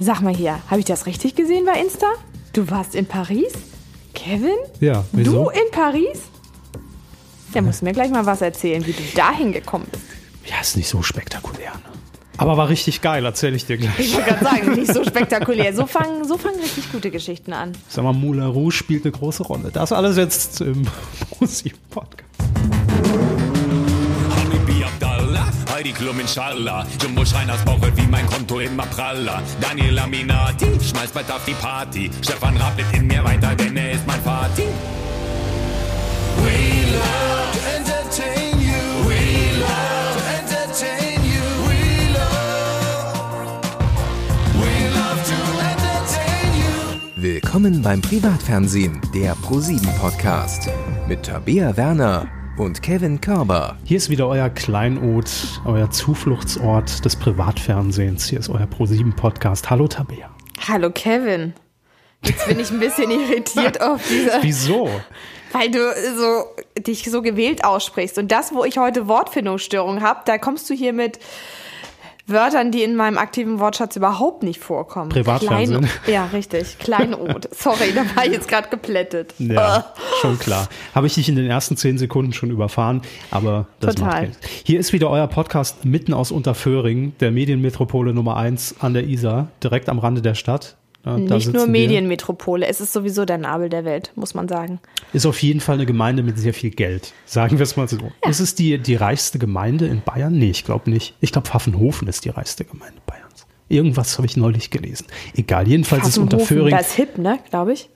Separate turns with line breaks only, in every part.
Sag mal hier, habe ich das richtig gesehen bei Insta? Du warst in Paris? Kevin?
Ja,
Du
wieso?
in Paris? Der muss mir gleich mal was erzählen, wie du dahin gekommen bist.
Ja, ist nicht so spektakulär. Ne? Aber war richtig geil, erzähle ich dir gleich.
Ich wollte gerade sagen, nicht so spektakulär. So fangen, so fangen richtig gute Geschichten an.
Sag mal, Moulin Rouge spielt eine große Rolle. Das alles jetzt im Musikpodcast.
Habibi Abdallah, Heidi Klum inshallah. Jumbo Schreiners Bauch wird wie mein Konto im Apralla. Daniel Aminati, schmeißt bald auf die Party. Stefan Raab lebt in mir weiter, denn er ist mein Vati. We love to entertain you. We love to entertain you. We love. We love to entertain you.
Willkommen beim Privatfernsehen, der ProSieben-Podcast. Mit Tabea Werner und Kevin Körber.
Hier ist wieder euer Kleinod, euer Zufluchtsort des Privatfernsehens. Hier ist euer Pro7-Podcast. Hallo Tabea.
Hallo Kevin. Jetzt bin ich ein bisschen irritiert auf diese,
Wieso?
weil du so, dich so gewählt aussprichst. Und das, wo ich heute Wortfindungsstörung habe, da kommst du hier mit Wörtern, die in meinem aktiven Wortschatz überhaupt nicht vorkommen.
Privatfernsehen.
Klein- ja, richtig. Kleinod. Sorry, da war ich jetzt gerade geplättet.
Ja, schon klar. Habe ich dich in den ersten zehn Sekunden schon überfahren, aber das
Total.
macht nichts. Hier ist wieder euer Podcast mitten aus Unterföhring, der Medienmetropole Nummer eins an der Isar, direkt am Rande der Stadt. Ja, da
Nicht nur
sitzen wir.
Medienmetropole, es ist sowieso der Nabel der Welt, muss man sagen.
Ist auf jeden Fall eine Gemeinde mit sehr viel Geld. Sagen wir es mal so. Ist es die, die reichste Gemeinde in Bayern? Nee, ich glaube nicht. Ich glaube, Pfaffenhofen ist die reichste Gemeinde Bayerns. Irgendwas habe ich neulich gelesen. Egal, jedenfalls ist
Pfaffenhofen,
Unterföhring.
Da ist hip, ne, glaube ich.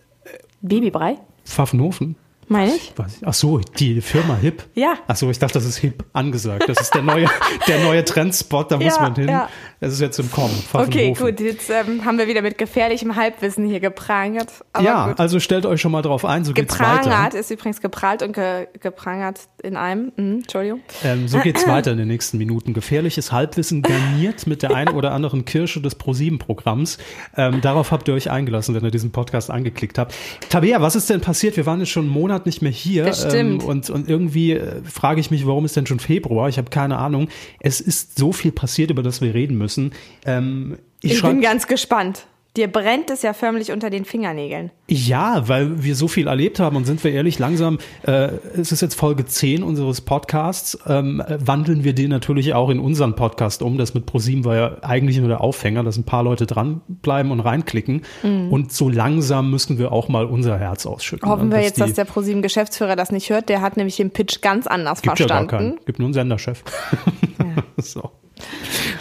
Babybrei,
Pfaffenhofen?
meine ich.
Weiß ich- Ach so, die Firma Hip.
Ja.
Ach so, ich dachte, das ist Hip angesagt. Das ist der neue, der neue Trendspot, da muss
Ja,
man hin.
ja.
Es ist jetzt im Kommen.
Okay,
Pfaffenhofen.
gut, jetzt ähm, haben wir wieder mit gefährlichem Halbwissen hier geprangert. Aber
Ja,
gut.
also stellt euch schon mal drauf ein, so geht's weiter.
Geprangert ist übrigens geprahlt und ge geprangert in einem. Mhm, Entschuldigung.
Ähm, so geht's weiter in den nächsten Minuten. Gefährliches Halbwissen garniert mit der einen oder anderen Kirsche des ProSieben-Programms. Ähm, darauf habt ihr euch eingelassen, wenn ihr diesen Podcast angeklickt habt. Tabea, was ist denn passiert? Wir waren jetzt schon einen Monat nicht mehr hier. ähm,
Das stimmt.
und, und irgendwie äh, frage ich mich, warum ist denn schon Februar? Ich habe keine Ahnung. Es ist so viel passiert, über das wir reden müssen. Ähm, ich
Ich
schreib-
bin ganz gespannt. Dir brennt es ja förmlich unter den Fingernägeln.
ja, weil wir so viel erlebt haben und sind wir ehrlich, langsam, äh, es ist jetzt Folge 10 unseres Podcasts, ähm, äh, wandeln wir den natürlich auch in unseren Podcast um. Das mit ProSieben war ja eigentlich nur der Aufhänger, dass ein paar Leute dranbleiben und reinklicken. Und so langsam müssen wir auch mal unser Herz ausschütten.
Mhm. Hoffen
Und
wir jetzt,
die-
dass der ProSieben-Geschäftsführer das nicht hört. Der hat nämlich den Pitch ganz anders
Gibt ja gar
verstanden.
keinen, gibt nur einen Senderchef. so.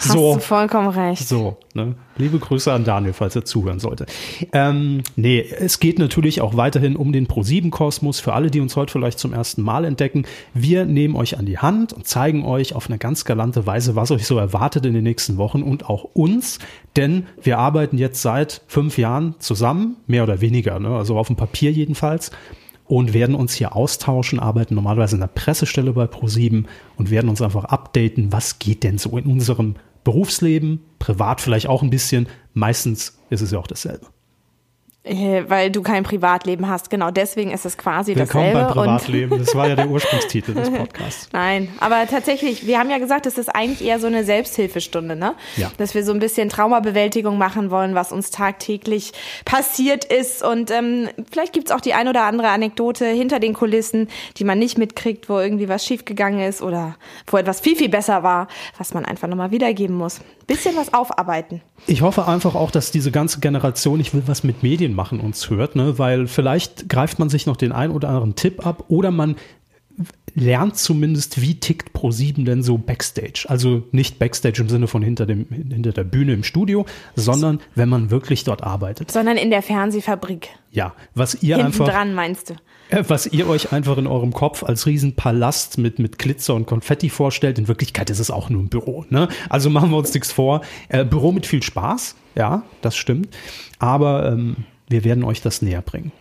Hast du vollkommen recht.
So, ne? liebe Grüße an Daniel, falls er zuhören sollte. Ähm, nee, es geht natürlich auch weiterhin um den Pro7-Kosmos. Für alle, die uns heute vielleicht zum ersten Mal entdecken, wir nehmen euch an die Hand und zeigen euch auf eine ganz galante Weise, was euch so erwartet in den nächsten Wochen und auch uns. Denn wir arbeiten jetzt seit fünf Jahren zusammen, mehr oder weniger, ne? also auf dem Papier jedenfalls. Und werden uns hier austauschen, arbeiten normalerweise in der Pressestelle bei Pro7 und werden uns einfach updaten, was geht denn so in unserem Berufsleben, privat vielleicht auch ein bisschen. Meistens ist es ja auch dasselbe.
Äh, Weil du kein Privatleben hast. Genau deswegen ist es quasi
Willkommen
dasselbe.
beim
und
Privatleben. Das war ja der Ursprungstitel des Podcasts.
Nein, aber tatsächlich, wir haben ja gesagt, es ist eigentlich eher so eine Selbsthilfestunde, ne?
Ja.
Dass wir so ein bisschen Traumabewältigung machen wollen, was uns tagtäglich passiert ist. Und ähm, vielleicht gibt's auch die ein oder andere Anekdote hinter den Kulissen, die man nicht mitkriegt, wo irgendwie was schiefgegangen ist oder wo etwas viel, viel besser war, was man einfach nochmal wiedergeben muss. Bisschen was aufarbeiten.
Ich hoffe einfach auch, dass diese ganze Generation, ich will was mit Medien machen, uns hört, ne? weil vielleicht greift man sich noch den ein oder anderen Tipp ab oder man lernt zumindest, wie tickt Pro7 denn so Backstage. Also nicht Backstage im Sinne von hinter, dem, hinter der Bühne im Studio, sondern wenn man wirklich dort arbeitet.
Sondern in der Fernsehfabrik.
Ja, was ihr
Hinten
einfach
dran, meinst du?
Äh, Was ihr euch einfach in eurem Kopf als Riesenpalast mit, mit Glitzer und Konfetti vorstellt, in Wirklichkeit ist es auch nur ein Büro. Ne? Also machen wir uns nichts vor. Äh, Büro mit viel Spaß, ja, das stimmt. Aber ähm, wir werden euch das näher bringen.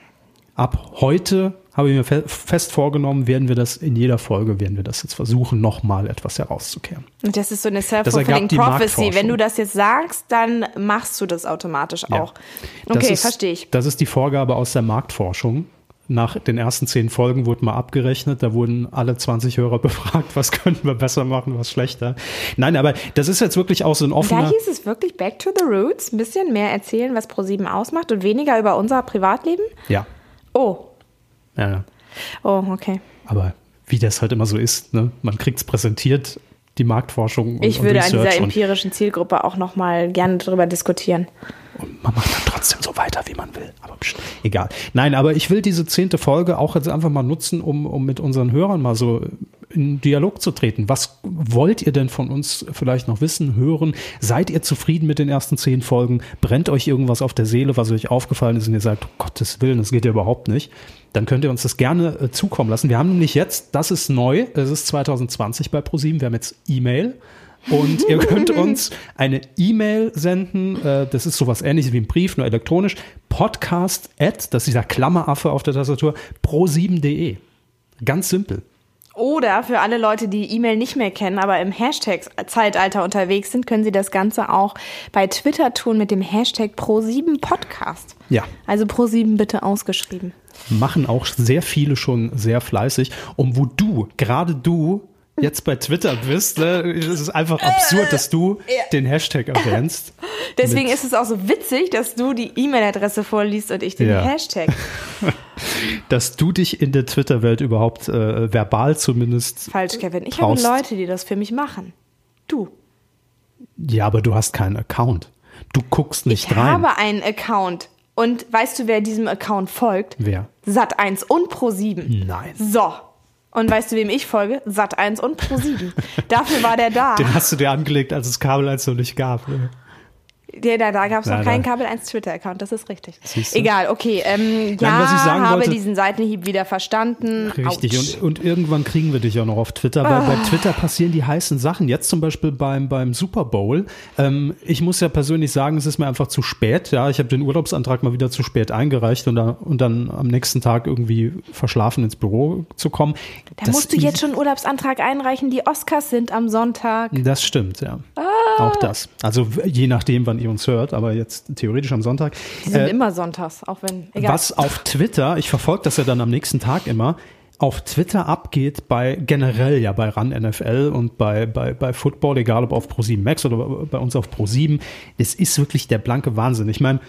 Ab heute habe ich mir fe fest vorgenommen, werden wir das in jeder Folge, werden wir das jetzt versuchen, nochmal etwas herauszukehren.
Und Das ist so eine
ergab
self-fulfilling
die
prophecy. Wenn
Marktforschung.
du das jetzt sagst, dann machst du das automatisch auch.
Das
Okay,
ist-
verstehe ich.
Das ist die Vorgabe aus der Marktforschung. nach den ersten zehn Folgen wurde mal abgerechnet, da wurden alle 20 Hörer befragt, was könnten wir besser machen, was schlechter. Nein, aber das ist jetzt wirklich auch so ein offener.
Da hieß es wirklich Back to the Roots, ein bisschen mehr erzählen, was ProSieben ausmacht und weniger über unser Privatleben.
Ja,
Oh,
ja, ja.
oh, okay.
Aber wie das halt immer so ist, ne? man kriegt's präsentiert, die Marktforschung und,
Ich
und
würde an
Research
dieser
und
empirischen Zielgruppe auch nochmal gerne drüber diskutieren.
man macht dann trotzdem so weiter, wie man will. Aber pst, egal. Nein, aber ich will diese zehnte Folge auch jetzt einfach mal nutzen, um, um mit unseren Hörern mal so in Dialog zu treten. Was wollt ihr denn von uns vielleicht noch wissen, hören? Seid ihr zufrieden mit den ersten zehn Folgen? Brennt euch irgendwas auf der Seele, was euch aufgefallen ist und ihr sagt, um Gottes Willen, das geht ja überhaupt nicht? Dann könnt ihr uns das gerne äh, zukommen lassen. Wir haben nämlich jetzt, das ist neu, es ist 2020 bei ProSieben, wir haben jetzt E-Mail. Und ihr könnt uns eine E-Mail senden. Äh, das ist sowas ähnliches wie ein Brief, nur elektronisch. Podcast at, das ist dieser Klammeraffe auf der Tastatur, pro7.de. Ganz simpel.
Oder für alle Leute, die E-Mail nicht mehr kennen, aber im Hashtag-Zeitalter unterwegs sind, können sie das Ganze auch bei Twitter tun mit dem Hashtag Pro7Podcast.
Ja.
Also Pro7 bitte ausgeschrieben.
Machen auch sehr viele schon sehr fleißig. Und wo du, gerade du, jetzt bei Twitter bist, ne, es ist
Äh,
einfach absurd, dass du den Hashtag erwähnst.
Deswegen
Mit-
ist es auch so witzig, dass du die E-Mail-Adresse vorliest und ich den
Ja.
Hashtag.
Dass du dich in der Twitter-Welt überhaupt äh, verbal zumindest.
Falsch, Kevin. Ich
Traust.
habe Leute, die das für mich machen. Du.
Ja, aber du hast keinen Account. Du guckst nicht
Ich
rein.
habe einen Account. Und weißt du, wer diesem Account folgt?
Wer?
Sat1 und Pro7.
Nein.
So. Und weißt du, wem ich folge? Sat1 und Pro7. Dafür war der da.
Den hast du dir angelegt, als es Kabel 1 noch nicht gab. ne?
Ja, da, da gab es noch
Nein,
keinen
nein.
Kabel 1 Twitter-Account, das ist richtig.
Siehst du?
Egal, okay. Ähm, ja,
Nein, was ich sagen
habe
wollte-
diesen Seitenhieb wieder verstanden.
Richtig.
Autsch. Ah.
Und, und irgendwann kriegen wir dich auch noch auf Twitter, weil bei Twitter passieren die heißen Sachen. Jetzt zum Beispiel beim, beim Super Bowl. Ähm, ich muss ja persönlich sagen, es ist mir einfach zu spät. Ja, ich habe den Urlaubsantrag mal wieder zu spät eingereicht und, da, und dann am nächsten Tag irgendwie verschlafen ins Büro zu kommen.
da musst du jetzt schon einen Urlaubsantrag einreichen. Die Oscars sind am Sonntag.
Das stimmt, ja.
Ah.
Auch das. Also w- je nachdem, wann ihr uns hört, aber jetzt theoretisch am Sonntag.
Die sind immer sonntags, auch wenn. Egal.
Äh, was auf Twitter, ich verfolge das ja dann am nächsten Tag immer, auf Twitter abgeht bei generell ja bei RAN NFL und bei, bei, bei Football, egal ob auf Pro7 Max oder bei- bei uns auf Pro7, das ist wirklich der blanke Wahnsinn. Ich meine,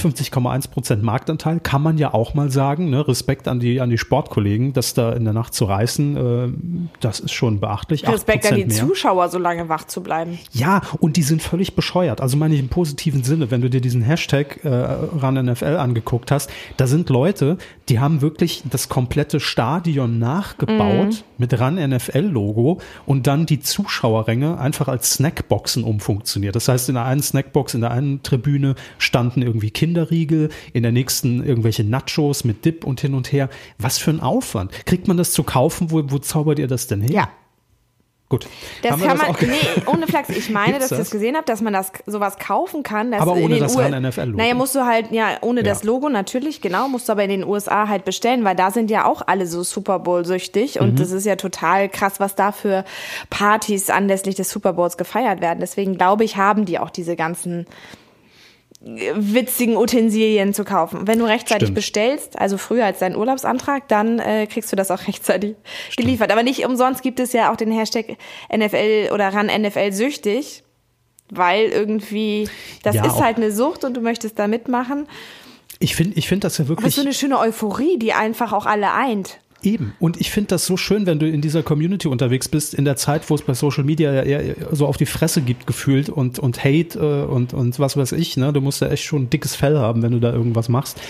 52,1% Marktanteil kann man ja auch mal sagen, ne? Respekt an die, an die Sportkollegen, das da in der Nacht zu reißen, äh, das ist schon beachtlich.
Respekt
8%
an die
mehr.
Zuschauer, so lange wach zu bleiben.
Ja, und die sind völlig bescheuert. Also meine ich im positiven Sinne, wenn du dir diesen Hashtag äh, RanNFL angeguckt hast, da sind Leute, die haben wirklich das komplette Stadion nachgebaut
Mhm.
mit RanNFL-Logo und dann die Zuschauerränge einfach als Snackboxen umfunktioniert. Das heißt, in der einen Snackbox, in der einen Tribüne standen irgendwie Kinderriegel, in der nächsten irgendwelche Nachos mit Dip und hin und her. Was für ein Aufwand. Kriegt man das zu kaufen? Wo, wo zaubert ihr das denn her?
Ja.
Gut.
Das
Haben wir
kann man,
auch-
nee, ohne Flachs. Ich meine,
Gibt's
dass ich das
das?
gesehen habe, dass man das sowas kaufen kann. dass
Aber
in
ohne
den
das
U-
reine NFL-Logo.
Naja, musst du halt, ja, ohne
Ja.
das Logo natürlich, genau, musst du aber in den USA halt bestellen, weil da sind ja auch alle so Super Bowl-süchtig
Mhm.
und das ist ja total krass, was da für Partys anlässlich des Super Bowls gefeiert werden. Deswegen glaube ich, haben die auch diese ganzen äh, witzigen Utensilien zu kaufen. Wenn du rechtzeitig
Stimmt.
bestellst, also früher als deinen Urlaubsantrag, dann äh, kriegst du das auch rechtzeitig geliefert. Aber nicht umsonst gibt es ja auch den Hashtag NFL oder ran NFL süchtig, weil irgendwie das
Ja,
ist
auch-
halt eine Sucht und du möchtest da mitmachen.
Ich finde ich find das ja
Das ist
wirklich
so eine schöne Euphorie, die einfach auch alle eint.
eben. Und ich finde das so schön, wenn du in dieser Community unterwegs bist, in der Zeit, wo es bei Social Media ja eher so auf die Fresse gibt, gefühlt und, und Hate äh, und, und was weiß ich. Ne? Du musst ja echt schon ein dickes Fell haben, wenn du da irgendwas machst.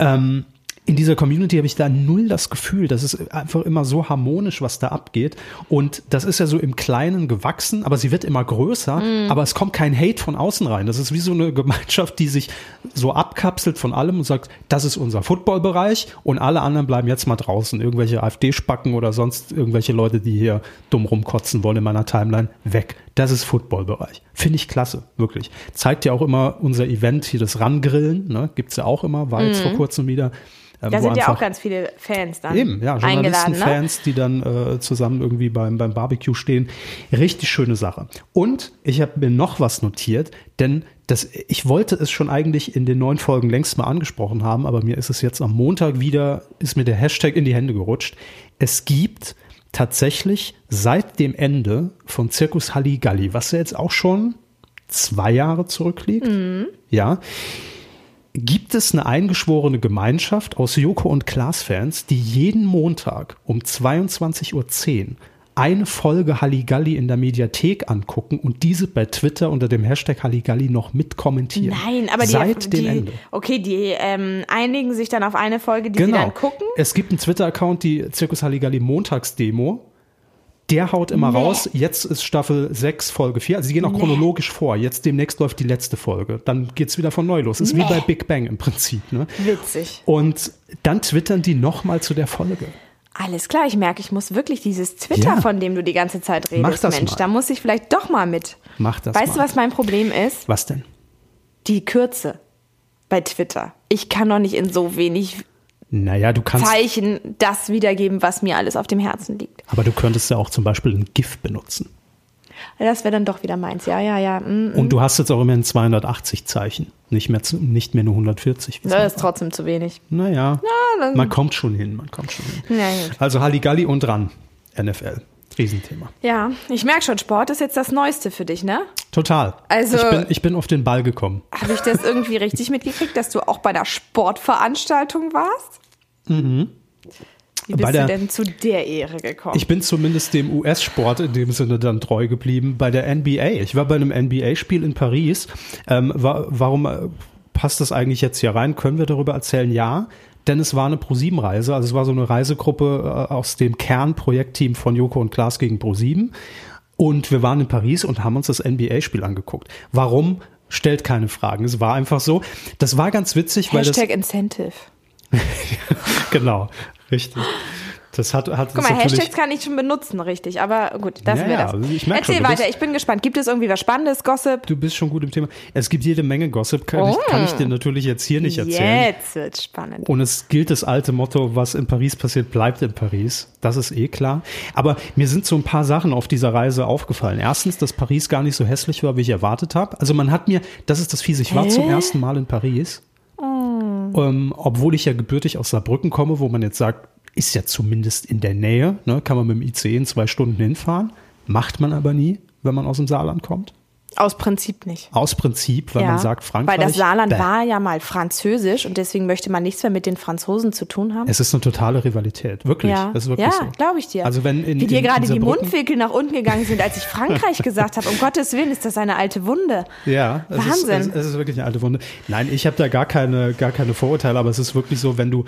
Ähm, in dieser Community habe ich da null das Gefühl, das ist einfach immer so harmonisch, was da abgeht. Und das ist ja so im Kleinen gewachsen, aber sie wird immer größer,
Mhm.
aber es kommt kein Hate von außen rein. Das ist wie so eine Gemeinschaft, die sich so abkapselt von allem und sagt, das ist unser Footballbereich und alle anderen bleiben jetzt mal draußen. Irgendwelche AfD-Spacken oder sonst irgendwelche Leute, die hier dumm rumkotzen wollen in meiner Timeline, weg. Das ist Footballbereich. Finde ich klasse, wirklich. Zeigt ja auch immer unser Event hier, das Rangrillen, ne? gibt's ja auch immer, war jetzt vor kurzem wieder. ähm,
Mhm. Da
wo
sind ja auch
einfach-
ganz viele Fans dann
Eben, ja,
eingeladen. Ne?
Journalisten-Fans, die dann äh, zusammen irgendwie beim, beim Barbecue stehen. Richtig schöne Sache. Und ich habe mir noch was notiert, denn das, ich wollte es schon eigentlich in den neuen Folgen längst mal angesprochen haben, aber mir ist es jetzt am Montag wieder, ist mir der Hashtag in die Hände gerutscht. Es gibt tatsächlich seit dem Ende von Zirkus Halligalli, was ja jetzt auch schon zwei Jahre zurückliegt,
Mhm.
ja, gibt es eine eingeschworene Gemeinschaft aus Joko und Klaas-Fans, die jeden Montag um 22.10 Uhr eine Folge Halligalli in der Mediathek angucken und diese bei Twitter unter dem Hashtag Halligalli noch mitkommentieren.
Nein, aber die,
Seit dem
die
Ende.
okay, die ähm, einigen sich dann auf eine Folge, die
Genau.
sie dann gucken.
Es gibt einen Twitter-Account, die Zirkus Halligalli Montagsdemo. Der haut immer raus. Jetzt ist Staffel 6, Folge 4. Also sie gehen auch chronologisch vor. Jetzt demnächst läuft die letzte Folge. Dann geht's wieder von neu los. Ist wie bei Big Bang im Prinzip. Ne?
Witzig.
Und dann twittern die nochmal zu der Folge.
Alles klar, ich merke, ich muss wirklich dieses Twitter,
Ja.
von dem du die ganze Zeit redest,
Mach das
Mensch,
mal.
da muss ich vielleicht doch mal mit.
Mach das
Weißt du,
mal.
was mein Problem ist?
Was denn?
Die Kürze bei Twitter. Ich kann doch nicht in so wenig
Naja, du kannst.
Zeichen das wiedergeben, was mir alles auf dem Herzen liegt.
Aber du könntest ja auch zum Beispiel ein GIF benutzen.
Das wäre dann doch wieder meins. Ja, ja, ja. Mm, mm.
Und du hast jetzt auch immerhin 280 Zeichen. Nicht mehr, zu, nicht mehr nur 140. wie es
Das ist trotzdem zu wenig.
Naja,
dann-
man kommt schon hin, man kommt schon hin.
Na gut.
Also Halligalli und ran, NFL, Riesenthema.
Ja, ich merke schon, Sport ist jetzt das Neueste für dich, ne?
Total.
Also-
ich, bin, ich bin auf den Ball gekommen.
Habe ich das irgendwie richtig mitgekriegt, dass du auch bei einer Sportveranstaltung warst? Mhm. Wie
Bei
bist
der-
du denn zu der Ehre gekommen?
Ich bin zumindest dem US-Sport in dem Sinne dann treu geblieben. Bei der NBA. Ich war bei einem NBA-Spiel in Paris. Ähm, wa warum äh, passt das eigentlich jetzt hier rein? Können wir darüber erzählen? Ja. Denn es war eine ProSieben-Reise. Also es war so eine Reisegruppe äh, aus dem Kernprojektteam von Joko und Klaas gegen ProSieben. Und wir waren in Paris und haben uns das NBA-Spiel angeguckt. Warum? Stellt keine Fragen. Es war einfach so. Das war ganz witzig, weil das.
Hashtag Incentive.
Genau, richtig. Das hat, hat
Guck
uns
mal,
natürlich-
Hashtags kann ich schon benutzen, richtig. Aber gut, lassen
Ja,
wir
ja, also
das.
ich merk
Erzähl
schon, du
weiter,
bist-
ich bin gespannt. Gibt es irgendwie was Spannendes, Gossip?
Du bist schon gut im Thema. Es gibt jede Menge Gossip, kann, ich, kann ich dir natürlich jetzt hier nicht erzählen. Oh.
Jetzt wird's spannend.
Und es gilt das alte Motto, was in Paris passiert, bleibt in Paris. Das ist eh klar. Aber mir sind so ein paar Sachen auf dieser Reise aufgefallen. Erstens, dass Paris gar nicht so hässlich war, wie ich erwartet habe. Also man hat mir, das ist das Fiese, ich war zum ersten Mal in Paris. Ähm, obwohl ich ja gebürtig aus Saarbrücken komme, wo man jetzt sagt, ist ja zumindest in der Nähe, ne? kann man mit dem ICE in zwei Stunden hinfahren. Macht man aber nie, wenn man aus dem Saarland kommt.
Aus Prinzip nicht.
Aus Prinzip, weil
Ja,
man sagt, Frankreich.
Weil das Saarland
bäh.
war ja mal französisch und deswegen möchte man nichts mehr mit den Franzosen zu tun haben.
Es ist eine totale Rivalität, wirklich.
ja,
Das ist wirklich
ja
so.
glaube ich dir.
Also wenn in,
Wie dir
in,
gerade
in
die
Saarbrücken-
Mundwinkel nach unten gegangen sind, als ich Frankreich gesagt habe. Um Gottes Willen, ist das eine alte Wunde.
Ja, es ist,
Wahnsinn.
es, es ist wirklich eine alte Wunde. Nein, ich habe da gar keine, gar keine Vorurteile, aber es ist wirklich so, wenn du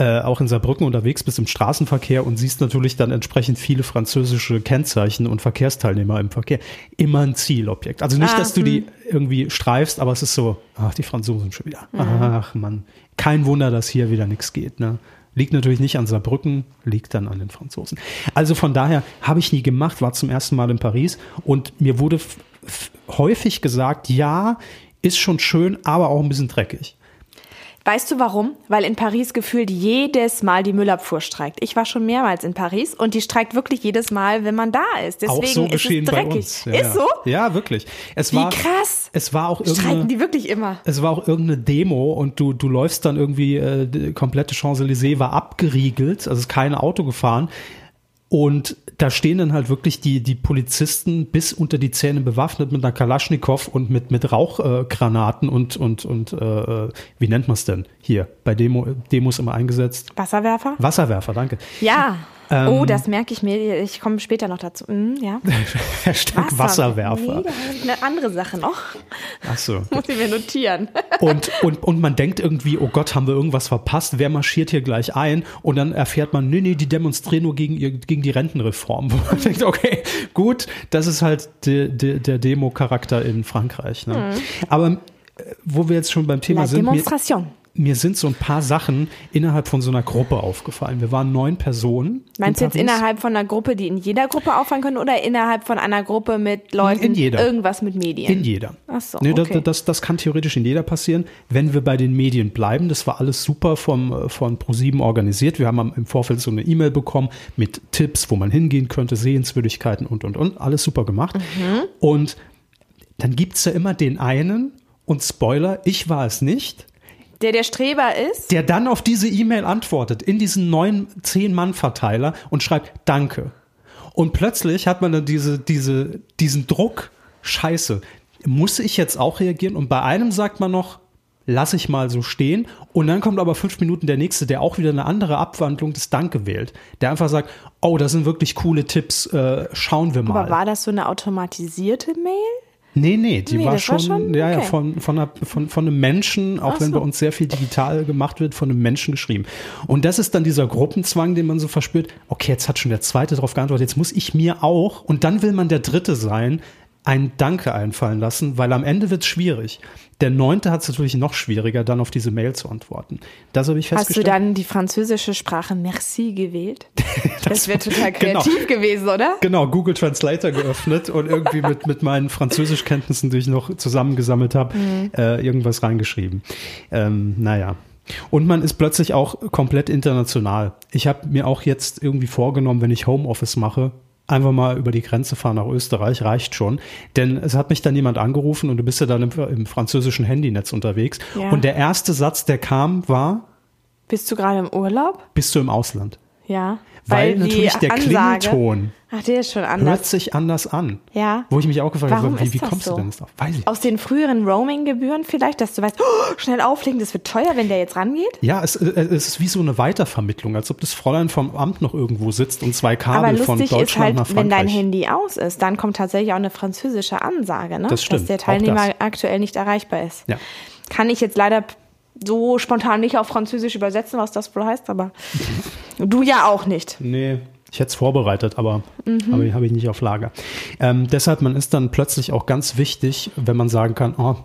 äh, auch in Saarbrücken unterwegs bist im Straßenverkehr und siehst natürlich dann entsprechend viele französische Kennzeichen und Verkehrsteilnehmer im Verkehr, immer ein Zielobjekt. Also nicht,
Ah,
dass du die irgendwie streifst, aber es ist so, ach, die Franzosen schon wieder. Ach Mann, kein Wunder, dass hier wieder nichts geht. Ne? Liegt natürlich nicht an Saarbrücken, liegt dann an den Franzosen. Also von daher habe ich nie gemacht, war zum ersten Mal in Paris und mir wurde f- f- häufig gesagt, ja, ist schon schön, aber auch ein bisschen dreckig.
Weißt du warum? Weil in Paris gefühlt jedes Mal die Müllabfuhr streikt. Ich war schon mehrmals in Paris und die streikt wirklich jedes Mal, wenn man da ist. Deswegen
auch so
ist
geschehen
es
bei
dreckig.
uns. Ja, ja.
ist so?
Ja, wirklich. Es
Wie
war,
krass.
Es war auch
Streiken
irgendeine,
die wirklich immer.
es war auch irgendeine Demo und du, du läufst dann irgendwie, äh, die komplette Champs-Élysées war abgeriegelt, also ist kein Auto gefahren. Und da stehen dann halt wirklich die, die Polizisten bis unter die Zähne bewaffnet mit einer Kalaschnikow und mit, mit Rauchgranaten und, und, und äh, wie nennt man es denn hier? Bei Demo, Demos immer eingesetzt.
Wasserwerfer?
Wasserwerfer, danke.
Ja.
Ähm,
oh, das merke ich mir. Ich komme später noch dazu. Hm, ja.
Hashtag Wasserwerfer.
Nee, da habe ich eine andere Sache noch.
Ach so.
Muss ich mir notieren.
Und, und, und man denkt irgendwie, oh Gott, haben wir irgendwas verpasst? Wer marschiert hier gleich ein? Und dann erfährt man, nee, nee, die demonstrieren nur gegen, ihr, gegen die Rentenreform. Wo man denkt, okay, gut, das ist halt de, de, der Demo-Charakter in Frankreich. Ne? Aber äh, wo wir jetzt schon beim Thema
Hm. La
sind, mir,
Demonstration.
mir sind so ein paar Sachen innerhalb von so einer Gruppe aufgefallen. Wir waren neun Personen.
Meinst du
in
jetzt
Paris.
innerhalb von einer Gruppe, die in jeder Gruppe auffallen können oder innerhalb von einer Gruppe mit Leuten,
In jeder.
irgendwas mit Medien?
In jeder.
Ach so,
nee,
okay.
das, das, das kann theoretisch in jeder passieren, wenn wir bei den Medien bleiben. Das war alles super vom, äh, von ProSieben organisiert. Wir haben am- im Vorfeld so eine E-Mail bekommen mit Tipps, wo man hingehen könnte,
Mhm.
Sehenswürdigkeiten und, und, und. Alles super gemacht. Und dann gibt es ja immer den einen, Und Spoiler, ich war es nicht,
Der der Streber ist.
der dann auf diese E-Mail antwortet, in diesen neuen 10-Mann-Verteiler und schreibt Danke. Und plötzlich hat man dann diese, diese, diesen Druck, Scheiße, muss ich jetzt auch reagieren? Und bei einem sagt man noch, lass ich mal so stehen. Und dann kommt aber fünf Minuten der nächste, der auch wieder eine andere Abwandlung des Danke wählt. Der einfach sagt, oh, das sind wirklich coole Tipps, äh, schauen wir mal.
Aber war das so eine automatisierte Mail?
Nee, nee, die
Nee,
war,
das
schon,
war schon-
ja, ja,
okay.
von, von, einer, von, von einem Menschen, auch
Ach
wenn
so.
bei uns sehr viel digital gemacht wird, von einem Menschen geschrieben. Und das ist dann dieser Gruppenzwang, den man so verspürt. Okay, jetzt hat schon der Zweite darauf geantwortet, jetzt muss ich mir auch, und dann will man der Dritte sein, ein Danke einfallen lassen, weil am Ende wird es schwierig. Der Neunte hat es natürlich noch schwieriger, dann auf diese Mail zu antworten. Das habe ich
Hast du
festgestellt.
dann die französische Sprache Merci gewählt? das wäre total
genau.
kreativ gewesen, oder?
Genau, Google Translator geöffnet und irgendwie mit, mit meinen Französischkenntnissen, die ich noch zusammengesammelt habe,
Mhm.
äh, irgendwas reingeschrieben. Ähm, naja. Und man ist plötzlich auch komplett international. Ich habe mir auch jetzt irgendwie vorgenommen, wenn ich Homeoffice mache, einfach mal über die Grenze fahren nach Österreich, reicht schon. Denn es hat mich dann jemand angerufen und du bist ja dann im, im französischen Handynetz unterwegs.
Ja.
Und der erste Satz, der kam, war,
Bist du gerade im Urlaub?
bist du im Ausland?
Ja.
Weil,
die
natürlich der
Ansage-
Klingelton
Ach, der ist schon
hört
anders.
sich anders an.
Ja.
Wo ich mich auch gefragt
Warum
habe, wie,
ist
wie
das
kommst
so?
du denn jetzt auf? Weiß ich.
Aus den früheren Roaming-Gebühren vielleicht, dass du weißt, oh, schnell auflegen, das wird teuer, wenn der jetzt rangeht.
ja, es, äh, es ist wie so eine Weitervermittlung, als ob das Fräulein vom Amt noch irgendwo sitzt und zwei
Aber
Kabel von
lustig
Deutschland
ist halt,
nach
wenn
Frankreich.
dein Handy aus ist, dann kommt tatsächlich auch eine französische Ansage, ne?
Das
dass
stimmt,
der
auch
Teilnehmer
das.
aktuell nicht erreichbar ist.
Ja.
Kann ich jetzt leider so spontan nicht auf Französisch übersetzen, was das wohl heißt, aber du ja auch nicht.
Nee, ich hätte es vorbereitet, aber
Mhm.
habe ich- habe ich nicht auf Lager. Ähm, deshalb, man ist dann plötzlich auch ganz wichtig, wenn man sagen kann, oh,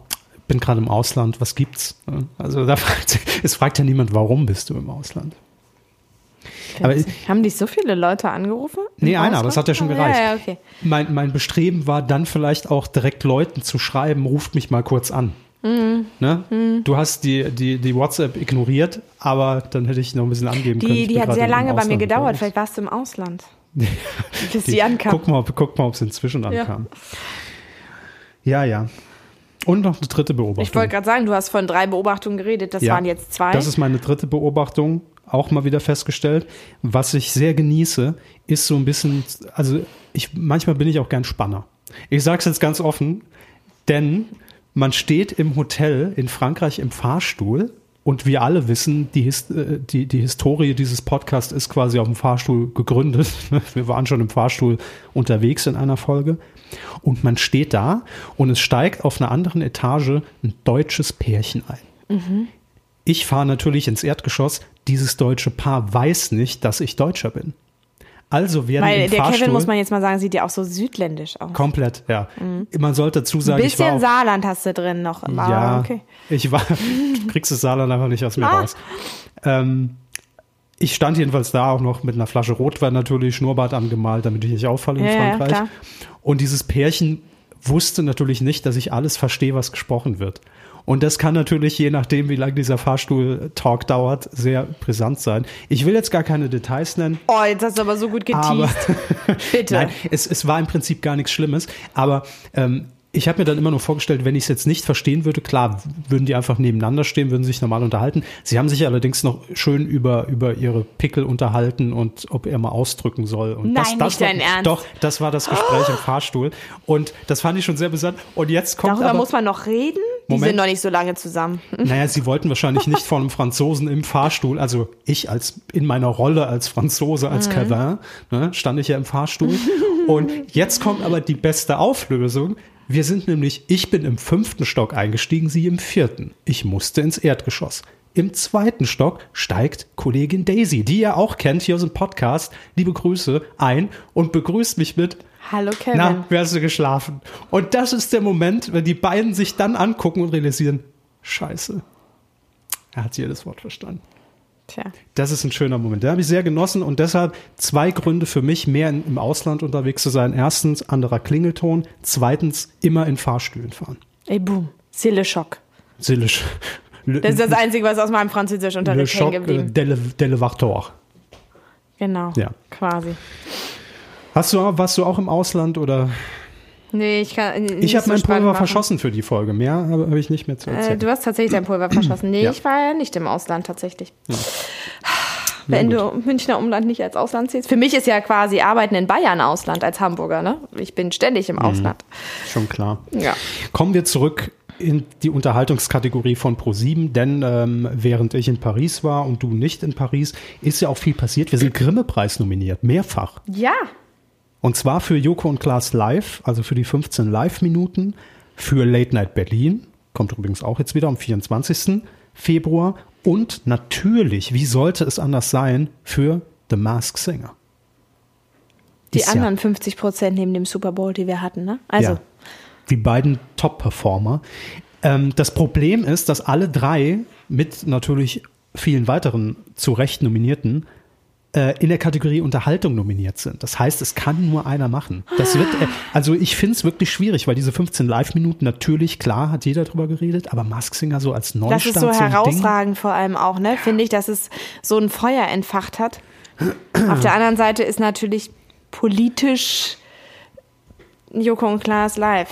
bin gerade im Ausland, was gibt's? Also da fragt, es fragt ja niemand, warum bist du im Ausland? Aber ich-
Haben dich so viele Leute angerufen?
Nee,
Im
einer, aber es hat ja schon
Ausland?
gereicht.
Ja, ja, okay.
mein, mein Bestreben war dann vielleicht auch direkt Leuten zu schreiben, ruft mich mal kurz an.
Mhm.
Ne? Du hast die, die, die WhatsApp ignoriert, aber dann hätte ich noch ein bisschen angeben können.
Die,
ich
die
bin
hat
gerade
sehr
im
lange bei mir
Ausland
gedauert.
unterwegs.
Vielleicht warst du im Ausland. Bis die,
Die-
ankam.
Guck mal, ob, guck mal, ob es inzwischen ankam. Ja, ja. Und noch eine dritte Beobachtung.
Ich wollte gerade sagen, du hast von drei Beobachtungen geredet. Das
Ja.
waren jetzt zwei.
Das ist meine dritte Beobachtung, auch mal wieder festgestellt. Was ich sehr genieße, ist so ein bisschen, also ich, manchmal bin ich auch gern Spanner. Ich sage es jetzt ganz offen, denn man steht im Hotel in Frankreich im Fahrstuhl und wir alle wissen, die, His äh, die, die Historie dieses Podcasts ist quasi auf dem Fahrstuhl gegründet. Wir waren schon im Fahrstuhl unterwegs in einer Folge. Und man steht da und es steigt auf einer anderen Etage ein deutsches Pärchen ein. Ich fahre natürlich ins Erdgeschoss. Dieses deutsche Paar weiß nicht, dass ich Deutscher bin. Also werden
Weil
im
der
Fahrstuhl
Kevin, muss man jetzt mal sagen, sieht ja auch so südländisch aus.
komplett, ja. Man sollte dazu sagen, ich war
Mhm. Bisschen
auf,
Saarland hast du drin noch. Aber
ja,
okay.
ich war, du kriegst das Saarland einfach nicht aus mir
Ah.
raus. Ähm, ich stand jedenfalls da auch noch mit einer Flasche Rotwein natürlich, Schnurrbart angemalt, damit ich nicht auffalle in
Ja, ja,
Frankreich.
klar.
Und dieses Pärchen wusste natürlich nicht, dass ich alles verstehe, was gesprochen wird. Und das kann natürlich, je nachdem, wie lange dieser Fahrstuhl-Talk dauert, sehr brisant sein. Ich will jetzt gar keine Details nennen.
Oh, jetzt hast du aber so gut
Aber-
geteased. Bitte.
Nein, es, es war im Prinzip gar nichts Schlimmes, aber ähm, ich habe mir dann immer nur vorgestellt, wenn ich es jetzt nicht verstehen würde, klar, würden die einfach nebeneinander stehen, würden sich normal unterhalten. Sie haben sich allerdings noch schön über, über ihre Pickel unterhalten und ob er mal ausdrücken soll. Und das,
Nein,
das
nicht
war,
dein Ernst.
Doch, das war das Gespräch im Fahrstuhl und das fand ich schon sehr besonders. Und jetzt kommt
Darüber
aber,
muss man noch reden. Die
Moment.
sind noch nicht so lange zusammen.
naja, sie wollten wahrscheinlich nicht von einem Franzosen im Fahrstuhl, also ich als in meiner Rolle als Franzose, als Kevin, ne, stand ich ja im Fahrstuhl. Und jetzt kommt aber die beste Auflösung. Wir sind nämlich, ich bin im fünften Stock eingestiegen, sie im vierten. Ich musste ins Erdgeschoss. Im zweiten Stock steigt Kollegin Daisy, die ihr auch kennt hier aus dem Podcast, liebe Grüße, ein und begrüßt mich mit
Hallo Kevin.
na, wie hast du geschlafen? Und das ist der Moment, wenn die beiden sich dann angucken und realisieren, scheiße. Er hat jedes Wort verstanden.
Tja.
Das ist ein schöner Moment. Den habe ich sehr genossen und deshalb zwei Gründe für mich, mehr in, im Ausland unterwegs zu sein. Erstens, anderer Klingelton. Zweitens, immer in Fahrstühlen fahren.
Ey, boom. C'est le choc.
Seelisch. Le, äh,
Das ist das Einzige, was aus meinem Französischunterricht hängen geblieben
Delevartor.
Genau.
äh, Ja.
Quasi.
Hast du, warst du auch im Ausland oder?
Nee, ich kann. äh,
Ich
nicht
habe
so
mein
spannend
Pulver
machen.
verschossen für die Folge. Mehr habe hab ich nicht mehr zu
Äh,
erzählen.
du hast tatsächlich dein Pulver verschossen. Nee,
Ja.
ich war ja nicht im Ausland tatsächlich.
Na
Wenn
gut.
du Münchner Umland nicht als Ausland zählst. Für mich ist ja quasi Arbeiten in Bayern Ausland als Hamburger, ne? Ich bin ständig
Mhm.
im Ausland.
Schon klar.
Ja.
Kommen wir zurück in die Unterhaltungskategorie von Pro7, denn ähm, während ich in Paris war und du nicht in Paris, ist ja auch viel passiert. Wir sind Grimme-Preis nominiert, mehrfach.
Ja.
Und zwar für Joko und Klaas Live, also für die 15 Live-Minuten, für Late Night Berlin, kommt übrigens auch jetzt wieder am 24. Februar und natürlich, wie sollte es anders sein, für The Mask Singer.
Die
Ist ja-
anderen 50 Prozent neben dem Super Bowl, die wir hatten, ne? Also.
ja. Die beiden Top-Performer. Ähm, das Problem ist, dass alle drei mit natürlich vielen weiteren zu Recht Nominierten äh, in der Kategorie Unterhaltung nominiert sind. Das heißt, es kann nur einer machen. Das wird, äh, also ich finde es wirklich schwierig, weil diese 15 Live-Minuten natürlich, klar, hat jeder drüber geredet, aber Mask Singer so als Neustart
Das ist so
ein Ding.
herausragend vor allem auch, ne? Finde ich, dass es so ein Feuer entfacht hat. Auf der anderen Seite ist natürlich politisch Joko und Klaas live.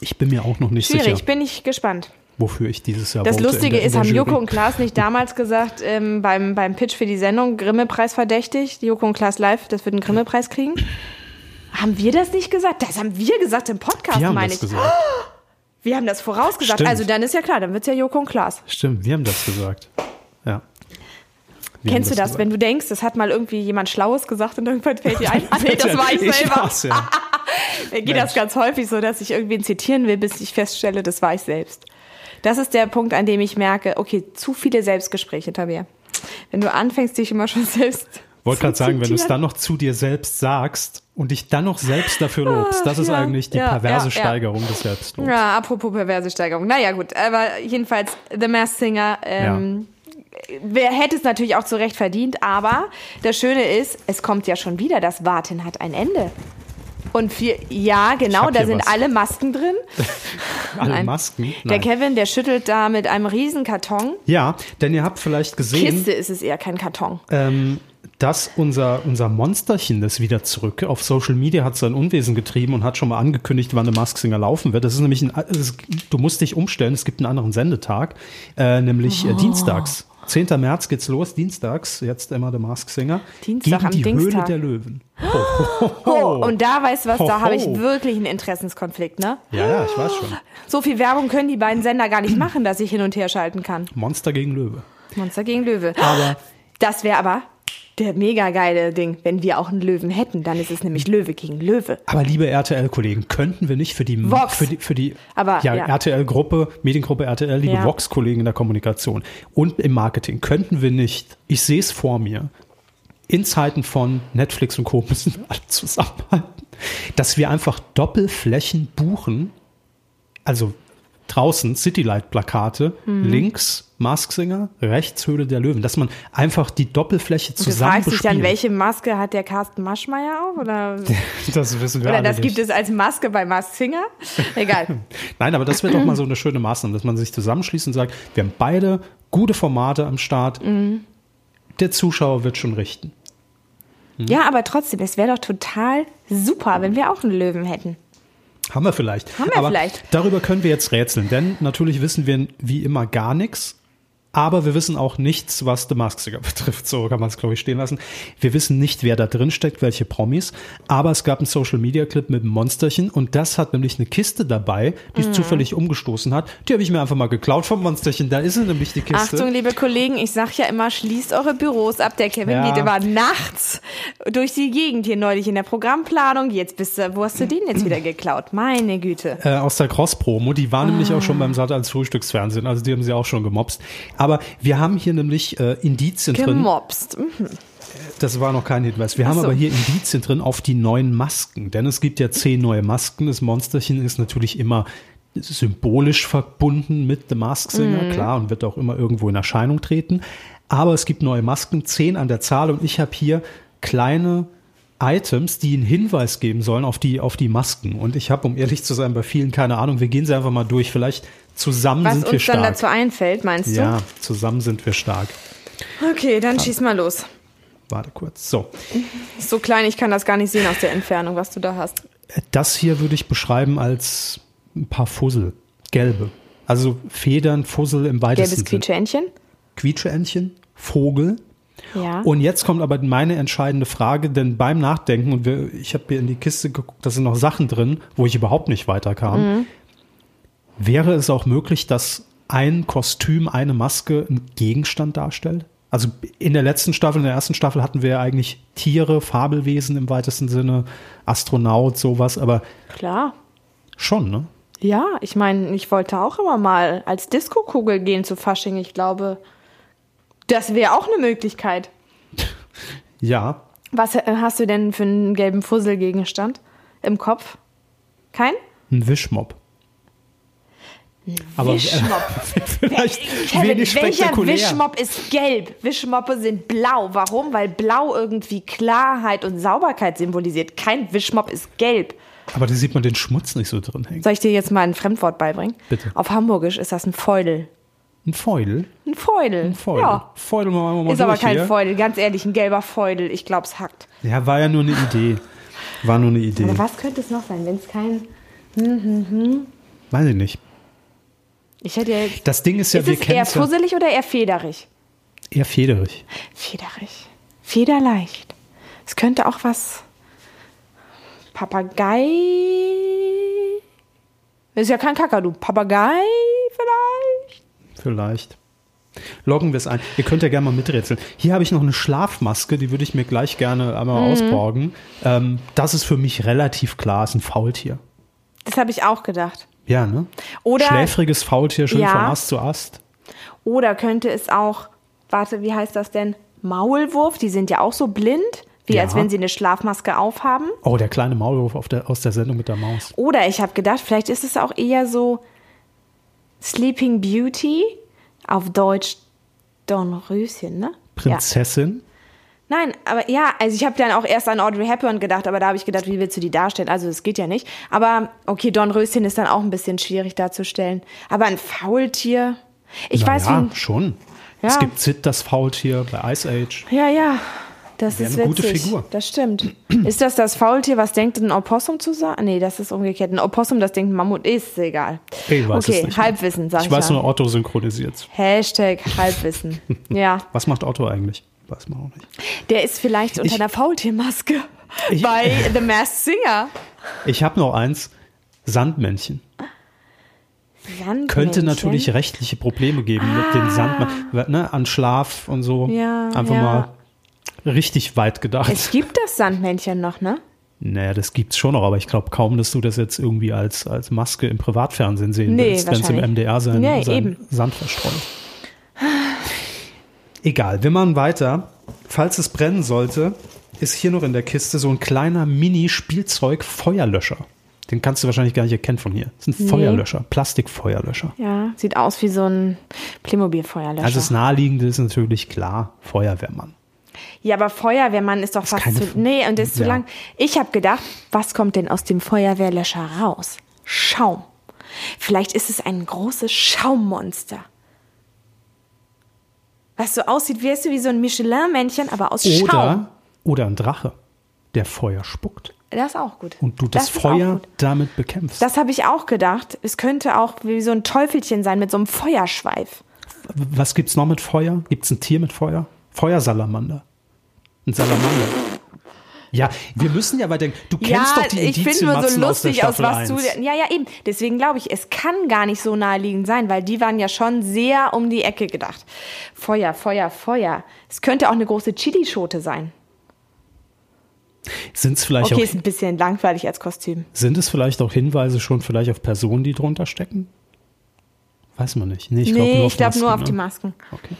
Ich bin mir auch noch nicht
Schwierig,
sicher,
bin ich gespannt.
wofür ich dieses Jahr
Das
vote in
Lustige
der- in
ist,
der
haben
Jury.
Joko und Klaas nicht damals gesagt, ähm, beim, beim Pitch für die Sendung, Grimme-Preis verdächtig, Joko und Klaas live, das wird einen Grimme-Preis kriegen. Haben wir das nicht gesagt? Das haben wir gesagt im Podcast,
Wir haben
meine
das
ich.
gesagt.
Wir haben das vorausgesagt.
Stimmt.
Also dann ist ja klar, dann wird's ja Joko und Klaas.
Stimmt, wir haben das gesagt. Ja. Wir haben
Kennst du das,
gesagt.
wenn du denkst, das hat mal irgendwie jemand Schlaues gesagt und irgendwann fällt dir ein, ah, nee, das war ich selber. Ah,
war's, ja.
Mir geht das ganz häufig so, dass ich irgendwen zitieren will, bis ich feststelle, das war ich selbst. Das ist der Punkt, an dem ich merke, okay, zu viele Selbstgespräche, Tabea. Wenn du anfängst, dich immer schon selbst
Wollte
zu
gerade sagen, wenn du es
zitieren.
dann noch zu dir selbst sagst und dich dann noch selbst dafür lobst, das ist
ja,
eigentlich die
ja,
perverse
ja, ja.
Steigerung des Selbstlobs.
Ja, apropos perverse Steigerung. Naja, gut, aber jedenfalls The Masked Singer. Ähm, Wer hätte es natürlich auch zu Recht verdient, aber das Schöne ist, es kommt ja schon wieder, das Warten hat ein Ende. Und wir, ja,
Ich
genau,
hab
da
hier
sind
was.
alle Masken drin.
Alle
Nein.
Masken.
Der
Nein.
Kevin, der schüttelt da mit einem riesen Karton.
Ja, denn ihr habt vielleicht gesehen,
Kiste ist es eher kein Karton.
ähm, dass unser, unser Monsterchen das wieder zurück auf Social Media hat sein Unwesen getrieben und hat schon mal angekündigt, wann der Mask Singer laufen wird. Das ist nämlich ein, äh, es ist, du musst dich umstellen, es gibt einen anderen Sendetag, äh, nämlich
Oh.
äh, dienstags. 10. März geht's los, dienstags, jetzt immer der Mask Singer.
Dienstag
gegen
am
die Höhle
Dienstag.
der Löwen.
Oh, und da weißt du was, da
Ho,
habe ich
ho.
wirklich einen Interessenskonflikt, ne?
Ja, ja, ich weiß schon.
So viel Werbung können die beiden Sender gar nicht machen, dass ich hin und her schalten kann.
Monster gegen Löwe.
Monster gegen Löwe.
Aber
Das wäre aber der mega geile Ding, wenn wir auch einen Löwen hätten. Dann ist es nämlich Löwe gegen Löwe.
Aber liebe RTL-Kollegen, könnten wir nicht für die,
Vox.
für die, für die
Aber,
ja,
ja.
RTL-Gruppe, Mediengruppe RTL, liebe
Ja.
Vox-Kollegen in der Kommunikation und im Marketing, könnten wir nicht, ich sehe es vor mir, in Zeiten von Netflix und Co. müssen wir alle zusammenhalten, dass wir einfach Doppelflächen buchen, also draußen Citylight-Plakate,
Mhm.
links Masksinger, rechts Höhle der Löwen, dass man einfach die Doppelfläche
Du
zusammen
fragst dich dann,
bespielt.
welche Maske hat der Carsten Maschmeyer auf? Oder,
Das wissen wir
oder
alle
das
nicht.
gibt es als Maske bei Mask Singer? Egal.
Nein, aber das wäre doch mal so eine schöne Maßnahme, dass man sich zusammenschließt und sagt, wir haben beide gute Formate am Start.
Mhm.
Der Zuschauer wird schon richten.
Ja, aber trotzdem, es wäre doch total super, wenn wir auch einen Löwen hätten.
Haben wir vielleicht.
Haben wir
aber
vielleicht.
Darüber können wir jetzt rätseln, denn natürlich wissen wir wie immer gar nichts. Aber wir wissen auch nichts, was The Mask Singer betrifft. So kann man es, glaube ich, stehen lassen. Wir wissen nicht, wer da drin steckt, welche Promis. Aber es gab einen Social-Media-Clip mit einem Monsterchen und das hat nämlich eine Kiste dabei, die
Mhm.
es zufällig umgestoßen hat. Die habe ich mir einfach mal geklaut vom Monsterchen. Da ist sie nämlich die Kiste.
Achtung, liebe Kollegen, ich sag ja immer, schließt eure Büros ab. Der Kevin
Ja.
geht immer nachts durch die Gegend hier neulich in der Programmplanung. Jetzt bist du, wo hast du den jetzt wieder geklaut? Meine Güte.
äh, aus der Cross-Promo. Die war nämlich auch
Ah.
schon beim Sat als Frühstücksfernsehen, also die haben sie auch schon gemobst. Aber wir haben hier nämlich äh, Indizien drin.
Gemobst.
Das war noch kein Hinweis. Wir haben
so.
aber hier Indizien drin auf die neuen Masken, denn es gibt ja zehn neue Masken. Das Monsterchen ist natürlich immer symbolisch verbunden mit The Mask
Mhm.
Singer, klar, und wird auch immer irgendwo in Erscheinung treten. Aber es gibt neue Masken, zehn an der Zahl, und ich habe hier kleine Items, die einen Hinweis geben sollen auf die, auf die Masken. Und ich habe, um ehrlich zu sein, bei vielen keine Ahnung. Wir gehen sie einfach mal durch. Vielleicht zusammen
Was
sind wir
uns dann
stark.
dazu einfällt, meinst du?
ja, zusammen sind wir stark.
Okay, dann schieß mal los.
Warte kurz. So.
Ist so klein, ich kann das gar nicht sehen aus der Entfernung, was du da hast.
Das hier würde ich beschreiben als ein paar Fussel, gelbe. Also Federn, Fussel im weitesten
Gelbes
Sinne.
Quietscheentchen?
Quietscheentchen, Vogel.
Ja.
Und jetzt kommt aber meine entscheidende Frage, denn beim Nachdenken, und wir, ich habe hier in die Kiste geguckt, da sind noch Sachen drin, wo ich überhaupt nicht weiterkam. Wäre es auch möglich, dass ein Kostüm, eine Maske einen Gegenstand darstellt? Also in der letzten Staffel, in der ersten Staffel hatten wir ja eigentlich Tiere, Fabelwesen im weitesten Sinne, Astronaut, sowas, aber
Klar.
schon, ne?
Ja, ich meine, ich wollte auch immer mal als Disco-Kugel gehen zu Fasching. Ich glaube, das wäre auch eine Möglichkeit.
Ja.
Was äh, hast du denn für einen gelben Fusselgegenstand im Kopf? Kein?
Ein Wischmob. Aber äh,
Wischmopp.
vielleicht
Kevin,
wenig
welcher
spektakulär.
Wischmopp ist gelb? Wischmoppe sind blau. Warum? Weil blau irgendwie Klarheit und Sauberkeit symbolisiert. Kein Wischmopp ist gelb.
Aber da sieht man den Schmutz nicht so drin hängen.
Soll ich dir jetzt mal ein Fremdwort beibringen?
Bitte.
Auf Hamburgisch ist das ein Feudel.
Ein Feudel.
Ein Feudel.
Ein Feudel.
Ja.
Feudel machen wir mal
Ist aber
durch
kein
hier.
Feudel, ganz ehrlich, ein gelber Feudel. Ich glaub's hackt.
Ja, war ja nur eine Idee. War nur eine Idee.
Aber was könnte es noch sein, wenn es kein.
Weiß ich nicht.
Ich hätte ja jetzt.
Das Ding ist ja,
ist
wir
es eher
kennen ja
fusselig oder eher federig?
eher federig.
Federig. Federleicht. Es könnte auch was. Papagei. Ist ja kein Kakadu. Papagei vielleicht?
Vielleicht. Loggen wir es ein. Ihr könnt ja gerne mal miträtseln. Hier habe ich noch eine Schlafmaske, die würde ich mir gleich gerne einmal
Mhm.
ausborgen. Ähm, das ist für mich relativ klar, ist ein Faultier.
Das habe ich auch gedacht.
Ja, ne?
Oder-
Schläfriges Faultier, schön
Ja.
von Ast zu Ast.
Oder könnte es auch. Warte, wie heißt das denn? Maulwurf? Die sind ja auch so blind, wie
Ja.
als wenn sie eine Schlafmaske aufhaben.
Oh, der kleine Maulwurf auf der, aus der Sendung mit der Maus.
Oder ich habe gedacht, vielleicht ist es auch eher so Sleeping Beauty, auf Deutsch Dornröschen, ne? Ja.
Prinzessin.
Nein, aber ja, also ich habe dann auch erst an Audrey Hepburn gedacht, aber da habe ich gedacht, wie willst du die darstellen? Also das geht ja nicht. Aber okay, Dornröschen ist dann auch ein bisschen schwierig darzustellen. Aber ein Faultier, ich
Na
weiß
ja,
wie.
schon.
Ja.
Es gibt Sid, das Faultier, bei Ice Age.
Ja, ja. Das ist witzig.
eine gute Figur.
Das stimmt. Ist das das Faultier, was denkt, ein Opossum zu sein? Nee, das ist umgekehrt. Ein Opossum, das denkt ein Mammut. Ist egal.
Ich weiß
okay,
es nicht.
Halbwissen, sag ich
Ich weiß
mal.
nur, Otto synchronisiert.
Hashtag Halbwissen. ja,
Was macht Otto eigentlich? Weiß man auch nicht.
der ist vielleicht unter
Ich-
einer Faultiermaske
Ich-
bei The Masked Singer.
Ich habe noch eins. Sandmännchen.
Sandmännchen?
Könnte natürlich rechtliche Probleme geben mit den Sandmännchen. Ne, an Schlaf und so.
Ah. Ja,
Einfach
ja.
mal richtig weit gedacht.
Es gibt das Sandmännchen noch, ne?
naja, das gibt's schon noch, aber ich glaube kaum, dass du das jetzt irgendwie als, als Maske im Privatfernsehen sehen
Nee,
willst, wenn es im
wahrscheinlich.
MDR sein,
Nee,
sein
eben.
Sand verstreut. Egal, wir machen weiter. Falls es brennen sollte, ist hier noch in der Kiste so ein kleiner Mini-Spielzeug-Feuerlöscher. Den kannst du wahrscheinlich gar nicht erkennen von hier. Das ist ein Feuerlöscher, Plastikfeuerlöscher.
Ja, sieht aus wie so ein Playmobil-Feuerlöscher.
Also das Naheliegende ist natürlich klar, Feuerwehrmann.
Ja, aber Feuerwehrmann ist doch fast
keine
zu.
F-
Nee, und das ist zu
Ja.
lang. Ich habe gedacht, was kommt denn aus dem Feuerwehrlöscher raus? Schaum. Vielleicht ist es ein großes Schaummonster. Was so aussieht, wie, weißt du, wie so ein Michelin-Männchen, aber aus Schaum.
Oder, oder ein Drache, der Feuer spuckt
Das ist auch gut.
und du das,
ist auch
Feuer
gut.
damit bekämpfst.
Das habe ich auch gedacht. Es könnte auch wie so ein Teufelchen sein mit so einem Feuerschweif.
Was gibt's noch mit Feuer? Gibt's ein Tier mit Feuer? Feuersalamander. Ein Salamander. Ja, wir müssen ja weiterdenken. Du kennst doch die
ich finde nur so
Indizienmatzen aus der
lustig aus,
Staffel
was du.
1.
Ja, ja, eben. Deswegen glaube ich, es kann gar nicht so naheliegend sein, weil die waren ja schon sehr um die Ecke gedacht. Feuer, Feuer, Feuer. Es könnte auch eine große Chilischote sein.
Sind's vielleicht
Okay, ist
auch,
ein bisschen langweilig als Kostüm.
sind es vielleicht auch Hinweise schon vielleicht auf Personen, die drunter stecken? Weiß man nicht. Nee, ich glaube
nee,
nur,
ich glaube nur auf die
Masken. ne?
Masken.
Okay.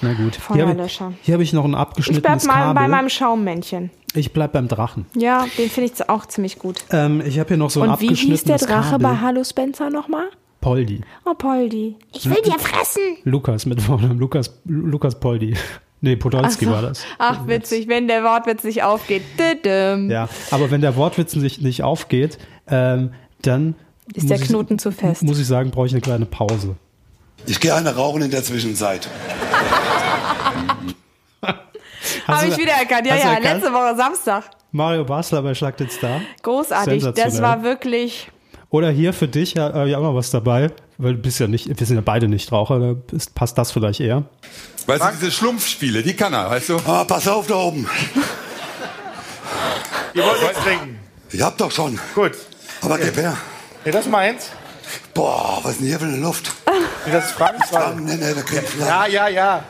Na gut. Hier habe ich,
Feuerlöscher.
hier hab ich noch ein
Ich bleib
abgeschnittenes
mal
Kabel.
bei meinem Schaummännchen.
ich bleib beim Drachen.
Ja, den finde ich auch ziemlich gut.
Ähm, ich habe hier noch so ein
Und wie hieß der
abgeschnittenes
Drache bei
Kabel.
Hallo Spencer nochmal?
Poldi.
Oh, Poldi.
Ich will dir fressen.
Lukas mit Vornamen. Lukas, Lukas Poldi. Nee, Podolski war das.
Ach, witzig, wenn der Wortwitz nicht aufgeht. Düdüm.
Ja, aber wenn der Wortwitz sich nicht aufgeht, ähm, dann
Ist der Knoten zu fest.
Muss ich sagen, brauche ich eine kleine Pause.
Ich gehe eine rauchen in der Zwischenzeit.
Hast
Habe
du-
ich wiedererkannt. Ja,
hast
ja,
du erkannt?
letzte Woche Samstag.
Mario Basler bei Schlag den Star.
Großartig. Das
Sensationell.
war wirklich.
Oder hier für dich, ja, habe ich auch mal was dabei, weil du bist ja nicht, wir sind ja beide nicht Raucher, da ist, passt das vielleicht eher.
Weißt du, diese Schlumpfspiele, die kann er, weißt du?
Ah, pass auf da oben.
Ihr wollt nichts trinken.
Ich hab doch schon.
Gut.
Aber gib her.
Ja, das ist meins.
Boah, was ist denn hier für eine Luft?
Ja, Das ist Franks.
Ah,
Wein.
nee, nee, da kriegt Fleisch.
Ja, ja, ja.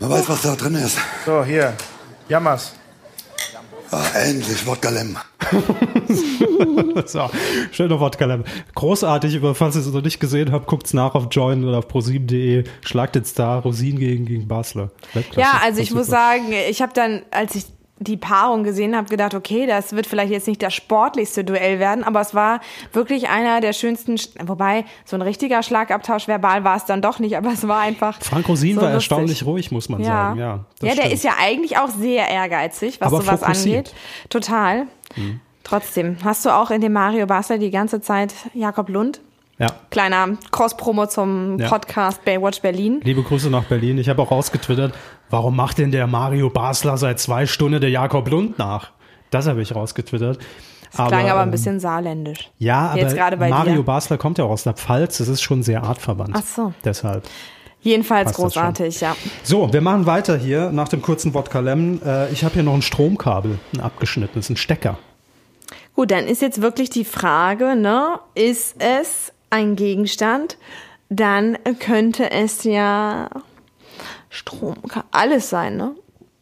Man weiß, was da drin ist.
So, hier. Jammers.
Ah, endlich, Wodka Lem.
So, schöner Wortkalender. Großartig, über falls ihr es noch nicht gesehen habt, guckt's nach auf join oder auf pro7.de. Schlagt den Star, Rosin gegen, gegen Basler. Weltklasse.
Ja, also ich
Super.
muss sagen, ich habe dann, als ich die Paarung gesehen habe, gedacht, okay, das wird vielleicht jetzt nicht das sportlichste Duell werden, aber es war wirklich einer der schönsten, Sch- wobei so ein richtiger Schlagabtausch verbal war es dann doch nicht, aber es war einfach.
Frank Rosin
so
war
lustig.
erstaunlich ruhig, muss man
Ja,
sagen. Ja, das
ja der
stimmt.
ist ja eigentlich auch sehr ehrgeizig, was
Aber
sowas
fokussiert. Mhm.
angeht. Total. Trotzdem, hast du auch in dem Mario Basler die ganze Zeit Jakob Lund?
ja.
Kleiner Cross-Promo zum
Ja.
Podcast Baywatch Berlin.
Liebe Grüße nach Berlin. Ich habe auch rausgetwittert, warum macht denn der Mario Basler seit zwei Stunden der Jakob Lund nach? Das habe ich rausgetwittert. Das
Klang aber ein bisschen saarländisch.
ähm, Ja, aber
Jetzt gerade bei
Mario
dir.
Basler kommt ja auch aus der Pfalz. Das ist schon sehr artverwandt.
Ach so.
Deshalb.
Jedenfalls
Passt das schon.
großartig, ja.
So, wir machen weiter hier nach dem kurzen Wodka Lemon. Äh, ich habe hier noch ein Stromkabel, ein abgeschnittenes, ein Stecker.
Gut, dann ist jetzt wirklich die Frage, ne? Ist es ein Gegenstand? Dann könnte es ja Strom, kann alles sein, ne?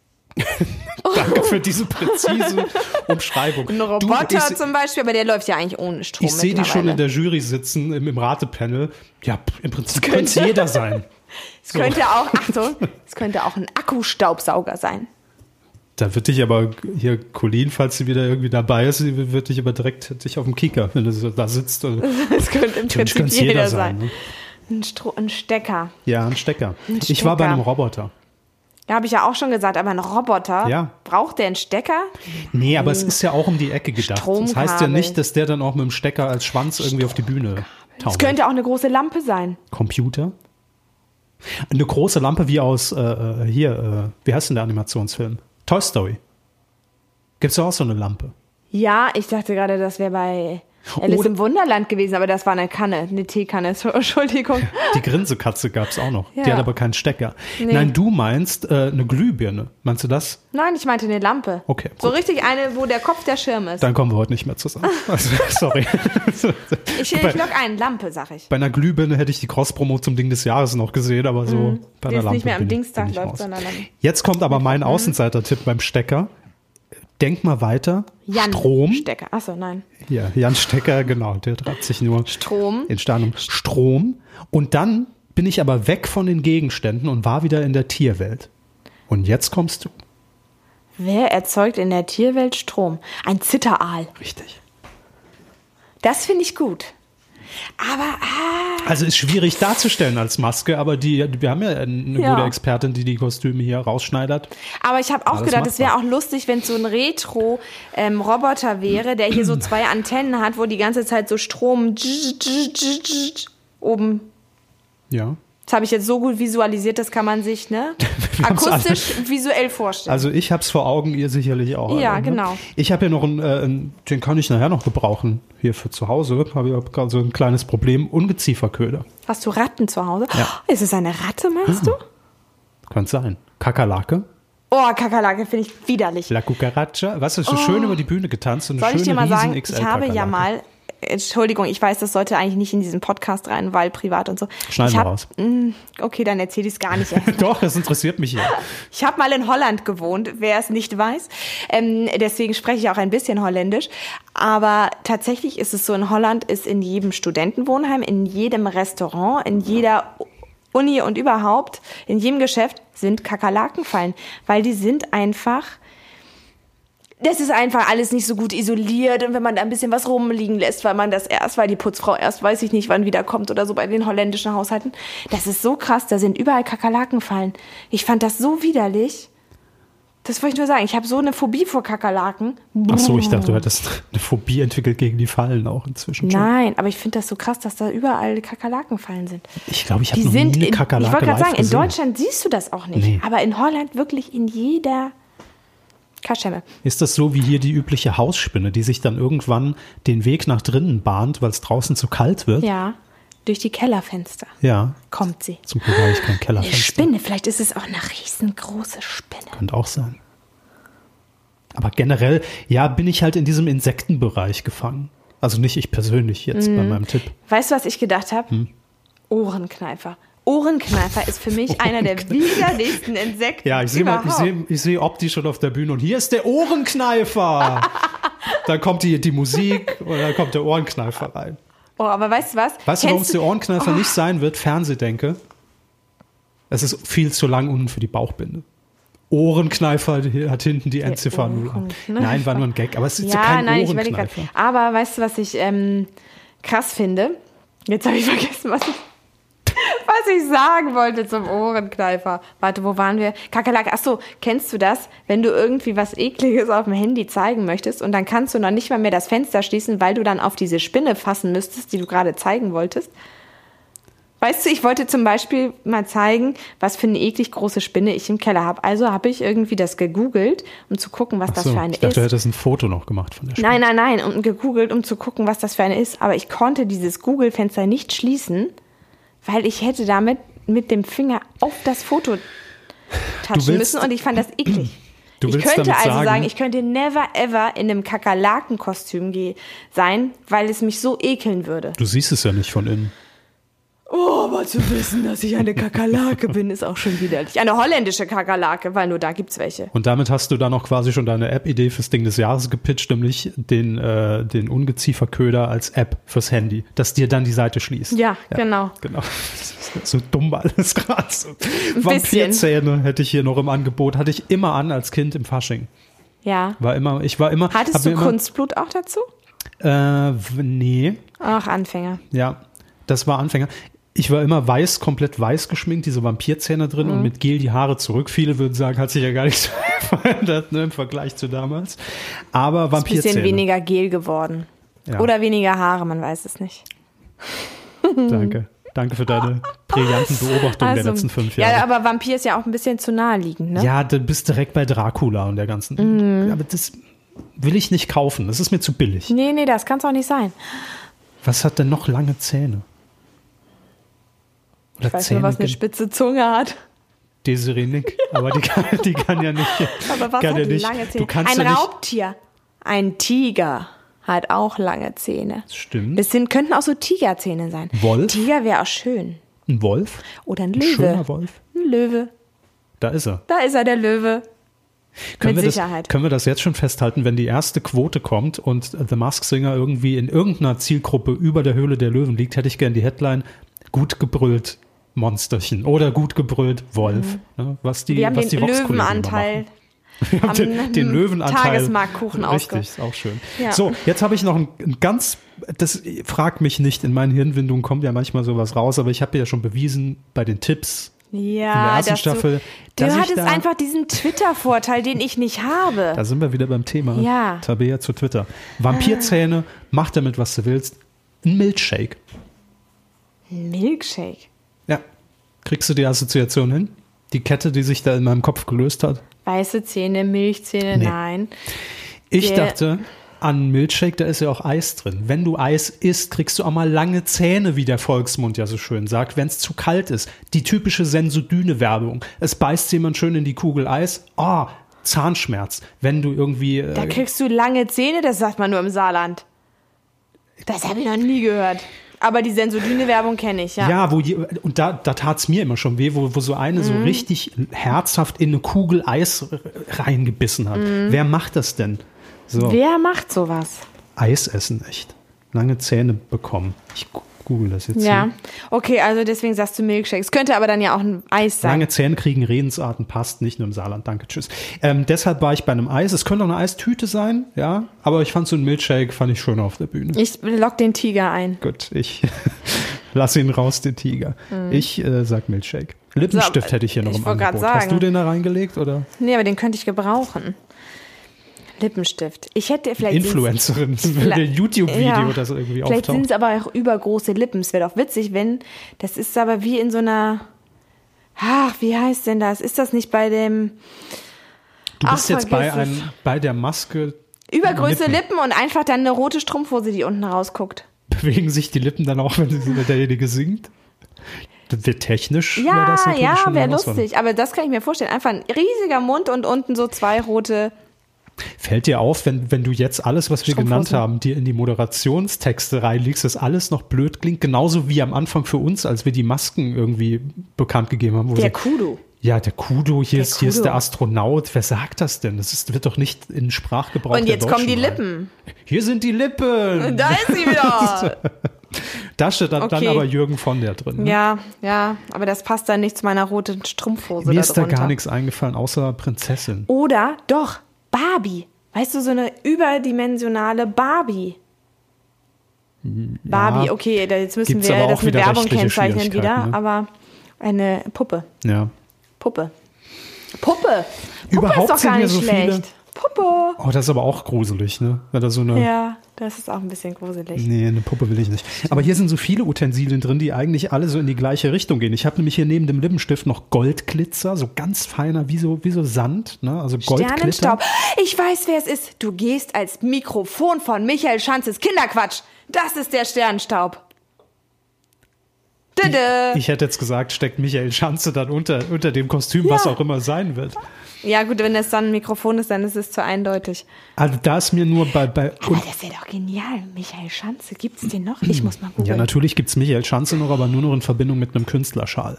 Danke für diese präzise Umschreibung.
Ein
Du,
Roboter
ich,
zum Beispiel, aber der läuft ja eigentlich ohne Strom.
ich sehe die schon in
mittlerweile.
der Jury sitzen, im, im Ratepanel. Ja, pff, im Prinzip könnte jeder sein.
Es könnte auch, Achtung, es könnte auch ein Akkustaubsauger sein.
Da wird dich aber hier, Colin, falls sie wieder irgendwie dabei ist, sie wird dich aber direkt dich auf dem Kicker, wenn du so da sitzt. Und,
Es könnte im
Natürlich
Prinzip
kann's jeder
jeder
sein,
sein.
ne?
Ein, Stro ein Stecker.
ja, ein Stecker. Ich war bei
Stecker.
einem Roboter.
Da habe ich ja auch schon gesagt, aber ein Roboter,
Ja.
braucht der einen Stecker?
Nee, aber
Hm.
es ist ja auch um die Ecke gedacht. Das heißt ja
Stromkabel.
nicht, dass der dann auch mit dem Stecker als Schwanz irgendwie auf die Bühne taucht.
Es könnte auch eine große Lampe sein.
Computer. Eine große Lampe wie aus äh, äh, hier, äh, wie heißt denn der Animationsfilm? Toy Story. Gibt es auch so eine Lampe?
Ja, ich dachte gerade, das wäre bei Alice
Oder-
im Wunderland gewesen, aber das war eine Kanne, eine Teekanne, so- Entschuldigung.
Die Grinsekatze gab es auch noch.
Ja.
Die hat aber keinen Stecker. Nein, du meinst äh, eine Glühbirne. Meinst du das?
Nein, ich meinte eine Lampe.
Okay,
So
gut.
richtig eine, wo der Kopf der Schirm ist.
Dann kommen wir heute nicht mehr zusammen. Also, sorry.
Ich, ich log ein, Lampe, sag ich.
Bei einer Glühbirne hätte ich die Cross-Promo zum Ding des Jahres noch gesehen, aber so bei
Mhm. Die
einer
ist
Lampe.
nicht mehr am
bin ich-
Dingstag
bin ich
läuft,
raus.
sondern am- ne?
Jetzt kommt aber mein Außenseiter-Tipp beim Stecker. Denk mal weiter.
Jan
Strom.
Stecker. Achso, nein.
Ja, Jan Stecker, genau, der treibt sich nur
Strom.
in Sternum. Strom. Und dann bin ich aber weg von den Gegenständen und war wieder in der Tierwelt. Und jetzt kommst du.
Wer erzeugt in der Tierwelt Strom? Ein Zitteraal.
Richtig.
Das finde ich gut. Aber ah,
Also ist schwierig darzustellen als Maske, aber die, wir haben ja eine
Ja.
gute Expertin, die die Kostüme hier rausschneidert.
aber ich habe auch
Alles
gedacht, es wäre auch
machbar.
lustig, wenn es so ein Retro ähm, Roboter wäre, der hier so zwei Antennen hat, wo die ganze Zeit so Strom oben
Ja.
Das habe ich jetzt so gut visualisiert, das kann man sich ne,
Wir haben's
akustisch visuell vorstellen.
Also ich hab's vor Augen, ihr sicherlich auch.
Ja,
alle,
genau.
Ich habe hier noch einen, äh, einen, den kann ich nachher noch gebrauchen. Hier für zu Hause habe ich hab gerade so ein kleines Problem. Ungezieferköder.
Hast du Ratten zu Hause? Oh,
Ja. Ah.
Ist es eine Ratte, meinst du?
Könnte sein. Kakerlake.
Oh, Kakerlake finde ich widerlich.
La Cucaracha. Was ist so schön über die Bühne getanzt? Und eine
Oh. Soll ich dir
schöne
mal sagen,
riesen
ich habe ja
XL-Kakerlake.
mal, Entschuldigung, ich weiß, das sollte eigentlich nicht in diesen Podcast rein, weil privat und so.
Schneiden
ich
wir
hab-
raus.
Mm, Okay, dann erzähl ich es gar nicht. erst.
Doch, das interessiert mich hier.
Ich habe mal in Holland gewohnt, wer es nicht weiß. Ähm, deswegen spreche ich auch ein bisschen Holländisch. Aber tatsächlich ist es so, in Holland ist in jedem Studentenwohnheim, in jedem Restaurant, in jeder Uni und überhaupt, in jedem Geschäft sind Kakerlakenfallen. Weil die sind einfach... Das ist einfach alles nicht so gut isoliert und wenn man da ein bisschen was rumliegen lässt, weil man das erst, weil die Putzfrau erst weiß ich nicht, wann wieder kommt oder so bei den holländischen Haushalten. Das ist so krass, da sind überall Kakerlakenfallen. Ich fand das so widerlich. Das wollte ich nur sagen. Ich habe so eine Phobie vor Kakerlaken.
Ach so, ich dachte, du hättest eine Phobie entwickelt gegen die Fallen auch inzwischen. schon.
Nein, aber ich finde das so krass, dass da überall Kakerlakenfallen sind.
Ich glaube, ich habe
Die
noch nie
sind, in,
eine
ich wollte
Kakerlake
gerade
live
sagen, in
gesehen.
Deutschland siehst du das auch nicht.
Nee.
Aber in Holland wirklich in jeder Kaschemme.
Ist das so wie hier die übliche Hausspinne, die sich dann irgendwann den Weg nach drinnen bahnt, weil es draußen zu kalt wird?
Ja, durch die Kellerfenster
Ja.
kommt sie.
Zum Glück habe ich kein
Eine
Kellerfenster.
Spinne, vielleicht ist es auch eine riesengroße Spinne.
Könnte auch sein. Aber generell, ja, bin ich halt in diesem Insektenbereich gefangen. Also nicht ich persönlich jetzt
Mhm.
bei meinem Tipp.
Weißt du, was ich gedacht habe?
Hm?
Ohrenkneifer. Ohrenkneifer ist für mich einer der widerlichsten Insekten.
Ja, ich sehe mal- ich
überhaupt.
sehe ich sehe optisch schon auf der Bühne und hier ist der Ohrenkneifer. dann kommt die, die Musik und dann kommt der Ohrenkneifer rein.
Oh, aber weißt du Oh. was?
Weißt du, warum es
Kennst
der Ohrenkneifer nicht sein wird? Fernsehdenke. Es ist viel zu lang unten für die Bauchbinde. Ohrenkneifer hat hinten die Endziffer 0 an.
Ohrenkneifer.
Nein, war nur ein Gag, aber es ist
Oh, ne? Ja,
kein
nein, ich überlege
Ohrenkneifer.
gerade. Aber weißt du, was ich ähm, krass finde? Jetzt habe ich vergessen, was ich, was ich sagen wollte zum Ohrenkneifer. Warte, wo waren wir? Kakerlake. Ach so, kennst du das, wenn du irgendwie was Ekliges auf dem Handy zeigen möchtest und dann kannst du noch nicht mal mehr das Fenster schließen, weil du dann auf diese Spinne fassen müsstest, die du gerade zeigen wolltest? Weißt du, ich wollte zum Beispiel mal zeigen, was für eine eklig große Spinne ich im Keller habe. Also habe ich irgendwie das gegoogelt, um zu gucken, was
Ach
das
so,
für eine
ich dachte, du
ist.
hättest ein Foto noch gemacht von der Spinne.
Nein, nein, nein, und gegoogelt, um zu gucken, was das für eine ist. Aber ich konnte dieses Google-Fenster nicht schließen, weil ich hätte damit mit dem Finger auf das Foto
Du
touchen
willst-
müssen und ich fand das eklig.
Du
ich
willst
könnte
damit
also
sagen-
sagen, ich könnte never ever in einem Kakerlakenkostüm ge- sein, weil es mich so ekeln würde.
Du siehst es ja nicht von innen.
Oh, aber zu wissen, dass ich eine Kakerlake bin, ist auch schon widerlich. Eine holländische Kakerlake, weil nur da gibt's welche.
Und damit hast du dann auch quasi schon deine App-Idee fürs Ding des Jahres gepitcht, nämlich den, äh, den Ungezieferköder als App fürs Handy, dass dir dann die Seite schließt.
Ja, genau.
Genau. So dumm alles gerade. So. Vampirzähne hätte ich hier noch im Angebot. Hatte ich immer an als Kind im Fasching.
Ja.
War immer, ich war immer. hab
Hattest du
mir immer,
Kunstblut auch dazu?
Äh, w- nee,
Ach, Anfänger.
ja. Das war Anfänger. Ich war immer weiß, komplett weiß geschminkt, diese Vampirzähne drin
Mhm.
und mit Gel die Haare zurück. Viele würden sagen, hat sich ja gar nichts verändert ne, im Vergleich zu damals. Aber
Ist ein bisschen
Vampirzähne.
weniger Gel geworden.
Ja.
Oder weniger Haare, man weiß es nicht.
Danke. Danke für deine brillanten Beobachtungen der letzten fünf Jahre.
Also, Ja, aber Vampir ist ja auch ein bisschen zu naheliegend, ne?
Ja, du bist direkt bei Dracula und der ganzen.
Mhm.
Aber das will ich nicht kaufen. Das ist mir zu billig.
Nee, nee, das kann es auch nicht sein.
Was hat denn noch lange Zähne? Oder
Ich weiß nur, was eine
gen-
spitze Zunge hat.
Desiree Nick. Aber die kann, die kann ja nicht.
Aber was
kann
hat
ja nicht.
lange Zähne?
Du kannst
ein
ja nicht.
Raubtier. Ein Tiger hat auch lange Zähne.
Stimmt.
Das sind, könnten auch so Tigerzähne sein.
Wolf?
Tiger wäre auch schön.
Ein Wolf?
Oder ein
Ein schöner
Löwe.
Wolf?
Ein Löwe.
Da ist er.
Da ist er, der Löwe.
Können
Mit
wir
Sicherheit.
Das, können wir das jetzt schon festhalten, wenn die erste Quote kommt und The Mask Singer irgendwie in irgendeiner Zielgruppe über der Höhle der Löwen liegt, hätte ich gern die Headline gut gebrüllt Monsterchen oder gut gebrüllt Wolf. Ne, was die,
Mhm. Wir haben
was die
den
Vox-Kollegen immer
Löwenanteil.
machen. Wir haben den,
am
den Löwenanteil.
Tagesmarktkuchen
Richtig,
ausge-
ist auch schön.
Ja.
So, jetzt habe ich noch ein, ein ganz, das fragt mich nicht, in meinen Hirnwindungen kommt ja manchmal sowas raus, aber ich habe ja schon bewiesen bei den Tipps, In der
Ja,
ersten
dass
Staffel,
Du,
dass
du
ich
hattest
da-
einfach diesen Twitter-Vorteil, den ich nicht habe.
Da sind wir wieder beim Thema.
Ja.
Tabea zu Twitter. Vampirzähne, mach damit, was du willst. Ein Milchshake.
Milkshake.
Ja. Kriegst du die Assoziation hin? Die Kette, die sich da in meinem Kopf gelöst hat?
Weiße Zähne, Milchzähne,
Nee.
nein.
Ich
Der-
dachte, an Milchshake, da ist ja auch Eis drin. Wenn du Eis isst, kriegst du auch mal lange Zähne, wie der Volksmund ja so schön sagt, wenn es zu kalt ist. Die typische Sensodyne-Werbung. Es beißt jemand schön in die Kugel Eis. Ah, Zahnschmerz. Wenn du irgendwie.
Da
Äh,
kriegst du lange Zähne, das sagt man nur im Saarland. Das habe ich noch nie gehört. Aber die Sensodyne-Werbung kenne ich, ja.
Ja, wo die, und da, da tat es mir immer schon weh, wo, wo so eine
Mhm.
so richtig herzhaft in eine Kugel Eis r- reingebissen hat. Wer macht das denn? So,
Mhm. Wer macht sowas?
Eis essen echt. Lange Zähne bekommen. Ich gu- google das jetzt.
Ja.
Hier.
Okay, also deswegen sagst du Milkshake. Es könnte aber dann ja auch ein Eis sein.
Lange Zähne kriegen Redensarten, passt nicht nur im Saarland. Danke, tschüss. Ähm, deshalb war ich bei einem Eis. Es könnte auch eine Eistüte sein, ja. Aber ich fand so einen Milkshake, fand ich schöner auf der Bühne.
Ich lock den Tiger ein.
Gut, ich lasse ihn raus, den Tiger. Ich äh, sag Milkshake. Lippenstift
Mhm. So,
hätte ich hier noch
ich
im
wollt grad
Angebot. Hast
sagen.
du den da reingelegt oder?
Nee, aber den könnte ich gebrauchen. Lippenstift. Ich hätte vielleicht.
Influencerin, das wäre ein YouTube-Video, das irgendwie
Vielleicht sind
auftaucht.
es aber auch übergroße Lippen. Es wäre doch witzig, wenn. Das ist aber wie in so einer. Ach, wie heißt denn das? Ist das nicht bei dem.
Du
Ach,
bist jetzt bei,
vergiss es.
einem, bei der Maske.
Übergröße
Lippen.
Lippen. und einfach dann eine rote Strumpfhose, die unten rausguckt.
Bewegen sich die Lippen dann auch, wenn sie- wenn derjenige singt? Das Wird technisch wäre
Ja,
das natürlich
ja,
schon eine
wäre
Herausforderung.
lustig. Aber das kann ich mir vorstellen. Einfach ein riesiger Mund und unten so zwei rote.
Fällt dir auf, wenn, wenn du jetzt alles, was wir genannt
Strumpfhosen.
haben, dir in die Moderationstexte reinlegst, dass alles noch blöd klingt, genauso wie am Anfang für uns, als wir die Masken irgendwie bekannt gegeben haben. Wo
Der
wir-
Kudo.
Ja, der Kudo, hier,
Der
ist, hier ist
Kudo.
der Astronaut. Wer sagt das denn? Das ist, wird doch nicht in Sprachgebrauch
Und
der
jetzt kommen
Deutschen
die
rein.
Lippen.
Hier sind die Lippen.
Da ist sie wieder.
Da steht dann, dann
Okay.
aber Jürgen von der drin. ne?
ja, ja. Aber das passt dann nicht zu meiner roten Strumpfhose.
Mir ist da
darunter.
gar nichts eingefallen, außer Prinzessin.
Oder doch, Barbie. Weißt du, so eine überdimensionale Barbie. Barbie, okay, da- jetzt müssen
Hm, gibt's
wir
aber
das
auch
mit
wieder
Werbung
rechtliche
kennzeichnen
Schwierigkeiten,
wieder,
ne?
aber eine Puppe.
Ja.
Puppe. Puppe. Puppe
Überhaupt
ist doch
sind
gar
hier
nicht
so viele.
schlecht. Puppe.
Oh, das ist aber auch gruselig, ne? Wenn da so eine.
Ja, das ist auch ein bisschen gruselig.
Nee, eine Puppe will ich nicht. Aber hier sind so viele Utensilien drin, die eigentlich alle so in die gleiche Richtung gehen. Ich habe nämlich hier neben dem Lippenstift noch Goldglitzer, so ganz feiner, wie so, wie so Sand, ne? Also Goldglitter.
Sternenstaub. Ich weiß, wer es ist. Du gehst als Mikrofon von Michael Schanzes Kinderquatsch. Das ist der Sternenstaub. Dede.
Ich hätte jetzt gesagt, steckt Michael Schanze dann unter, unter dem Kostüm, was auch immer sein wird.
Ja, gut, wenn das dann ein Mikrofon ist, dann ist es zu eindeutig.
Also da ist mir nur bei, bei
Aber das wäre doch genial. Michael Schanze, gibt's den noch? Ich muss mal
Ja,
googeln.
natürlich gibt's Michael Schanze noch, aber nur noch in Verbindung mit einem Künstlerschal.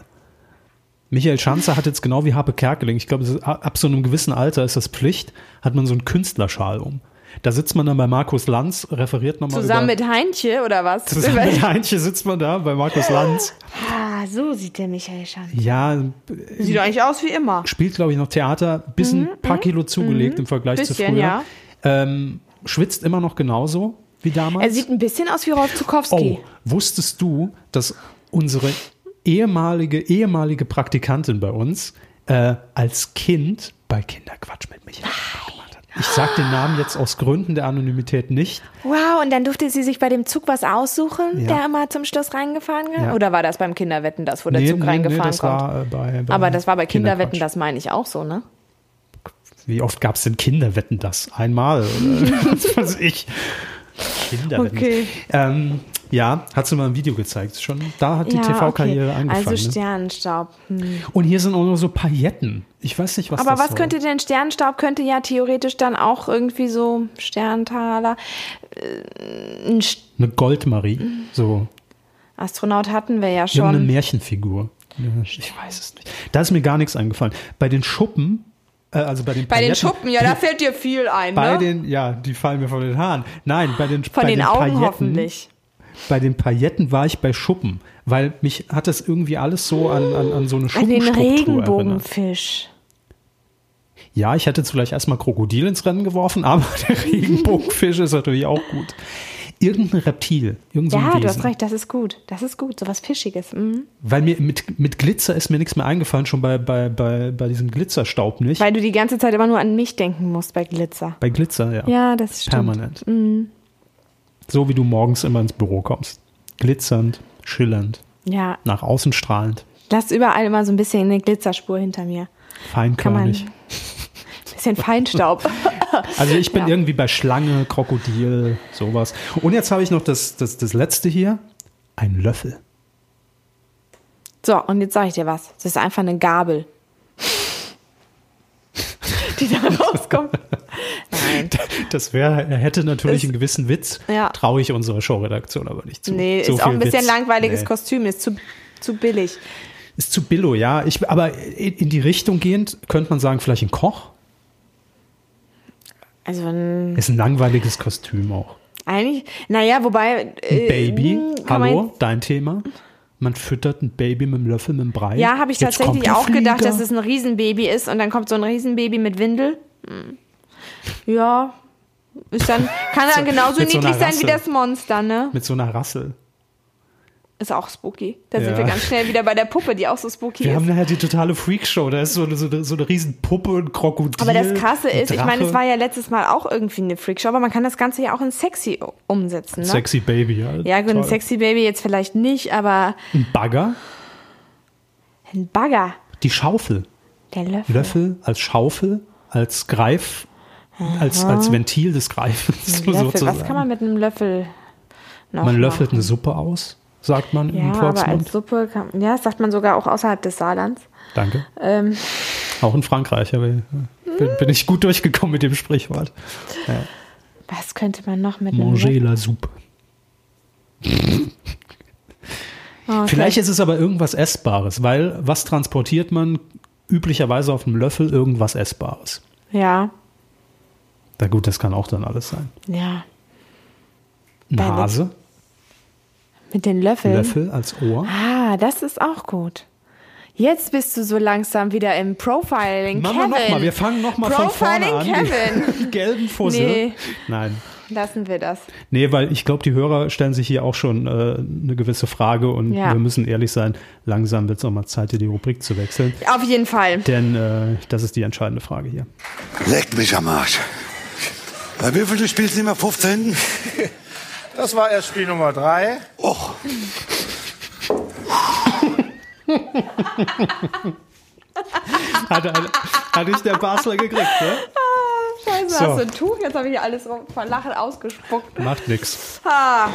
Michael Schanze hat jetzt genau wie Harpe Kerkeling, ich glaube, es ist- ab so einem gewissen Alter ist das Pflicht, hat man so einen Künstlerschal um. Da sitzt man dann bei Markus Lanz, referiert nochmal.
Zusammen
über,
mit Heintje oder was?
Zusammen mit Heinche sitzt man da bei Markus Lanz.
ah, so sieht der Michael Schanze.
Ja,
Sieht doch eigentlich aus wie immer.
spielt, glaube ich, noch Theater, bisschen paar Kilo zugelegt im Vergleich zu
mhm, Bisschen,
früher.
ja.
Ähm, schwitzt immer noch genauso wie damals.
Er sieht ein bisschen aus wie Rolf
Oh,
Zukowski.
wusstest du, dass unsere ehemalige, ehemalige Praktikantin bei uns äh, als Kind bei Kinderquatsch mit Michael gemacht hat? Ich sag den Namen jetzt aus Gründen der Anonymität nicht.
Wow, und dann durfte sie sich bei dem Zug was aussuchen,
Ja.
der immer zum Schluss reingefahren kam?
Ja.
Oder war das beim Kinderwetten das, wo der Zug reingefahren
das
kommt?
war äh, bei, bei
Aber das war bei Kinderwetten,
Kinderquatsch.
das meine ich auch so, ne?
Wie oft gab es denn Kinderwetten das? Einmal. Oder? was weiß ich. Kinderwetten.
Okay.
Ähm, ja, hat sie mal ein Video gezeigt schon. Da hat die
Ja,
TV-Karriere
okay.
angefangen.
Also
ne?
Sternenstaub. Hm.
Und hier sind auch noch so Pailletten. Ich weiß nicht, was
Aber
das
was
soll.
könnte denn Sternenstaub? Könnte ja theoretisch dann auch irgendwie so Sterntaler. äh, Ein St-
Eine Goldmarie.
Mhm.
So.
Astronaut hatten wir ja
Irgendeine
schon.
Märchenfigur. Ja, Ich weiß es nicht. Da ist mir gar nichts eingefallen. Bei den Schuppen, äh, also bei den
Bei den
Pailletten-
Schuppen, ja, ne? da fällt dir viel ein,
Bei
ne?
den, ja, die fallen mir von den Haaren. Nein, bei den
Von
bei
den, Augen
Pailletten,
hoffentlich.
Bei den Pailletten war ich bei Schuppen, weil mich hat das irgendwie alles so an, an, an so eine
An den
Schuppenstruktur erinnert.
Regenbogenfisch.
Ja, ich hätte jetzt vielleicht erstmal Krokodil ins Rennen geworfen, aber der Regenbogenfisch ist natürlich auch gut. Irgendein Reptil, irgendein so ein
Ja,
Wesen.
du hast recht, das ist gut. Das ist gut, sowas Fischiges. Mhm.
Weil mir mit, mit Glitzer ist mir nichts mehr eingefallen, schon bei, bei, bei, bei diesem Glitzerstaub nicht.
Weil du die ganze Zeit immer nur an mich denken musst bei Glitzer.
Bei Glitzer, ja.
Ja, das stimmt. Mhm.
Permanent. So wie du morgens immer ins Büro kommst. Glitzernd, schillernd,
Ja,
nach außen strahlend,
lass überall immer so ein bisschen eine Glitzerspur hinter mir. Kann man.
feinkörnig.
Bisschen Feinstaub.
Also ich bin
Ja.
irgendwie bei Schlange, Krokodil, sowas. Und jetzt habe ich noch das, das, das letzte hier. Ein Löffel.
So, und jetzt sage ich dir was. Das ist einfach eine Gabel. Die da rauskommt. Nein.
Das wäre, hätte natürlich einen gewissen Witz.
Ja.
Traue ich unserer Showredaktion aber nicht zu.
Nee,
So
ist auch
viel
ein bisschen
Witz.
langweiliges
Nee.
Kostüm, ist zu, zu billig.
Ist zu Billo, ja. Ich, aber in, in die Richtung gehend könnte man sagen, vielleicht ein Koch.
Also ein,
Ist ein langweiliges Kostüm auch.
eigentlich, naja, wobei. äh,
Baby,
mh, kann man
hallo, dein Thema. Man füttert ein Baby mit einem Löffel, mit einem Brei.
Ja, habe ich
Jetzt kommt
tatsächlich
ein
auch gedacht,
Flieger.
dass es ein Riesenbaby ist und dann kommt so ein Riesenbaby mit Windel. Hm. Ja, ist dann, kann dann genauso
mit so einer
niedlich sein
Rassel.
wie das Monster, ne?
Mit so einer Rassel.
Ist auch spooky. Da
Ja.
sind wir ganz schnell wieder bei der Puppe, die auch so spooky
Wir
ist.
haben nachher die totale Freakshow. Da ist so eine, so eine, so eine riesen Puppe, ein Krokodil.
Aber das Krasse
ein
ist, ich meine, es
Drache.
war ja letztes Mal auch irgendwie eine Freakshow, aber man kann das Ganze ja auch in sexy u- umsetzen, ne?
Sexy Baby, ja.
ja, gut,
Toll.
ein sexy Baby jetzt vielleicht nicht, aber
Ein Bagger,
ein Bagger,
die Schaufel.
der Löffel.
Löffel als Schaufel als Greif, als, als Ventil des Greifens
Löffel.
sozusagen.
Was kann man mit einem Löffel noch
man löffelt eine
machen?
Suppe aus, sagt man
Ja,
im
aber also als
Volksmund.
Suppe kann, ja, das sagt man sogar auch außerhalb des Saarlands.
Danke.
Ähm,
Auch in Frankreich, aber äh, bin, bin ich gut durchgekommen mit dem Sprichwort.
was könnte man noch mit einem
Manger
Löffel?
la soupe.
Oh,
Vielleicht ist es aber irgendwas Essbares, weil was transportiert man üblicherweise auf einem Löffel? Irgendwas Essbares.
Ja,
Na gut, das kann auch dann alles sein.
ja.
Ein
Deine-
Hase,
Mit den Löffeln.
Löffel als Ohr.
Ah, das ist auch gut. Jetzt bist du so langsam wieder im Profiling.
Machen wir
Kevin.
nochmal, wir fangen nochmal von
Profiling
vorne an.
Kevin.
Die gelben Fussel.
Nee.
Nein.
Lassen wir das.
Nee, weil ich glaube, die Hörer stellen sich hier auch schon äh, eine gewisse Frage und
Ja.
wir müssen ehrlich sein, langsam wird es auch mal Zeit, hier die Rubrik zu wechseln.
Auf jeden Fall.
Denn äh, das ist die entscheidende Frage hier.
Leckt mich am Arsch. Bei wie viel spielst du immer 15?
Das war erst Spiel Nummer drei.
Och,
Hat, hat, hat ich der Basler gekriegt, ne?
Ah, Scheiße,
So.
hast du ein Tuch? Jetzt habe ich hier alles vor Lachen ausgespuckt.
Macht nix.
Ah.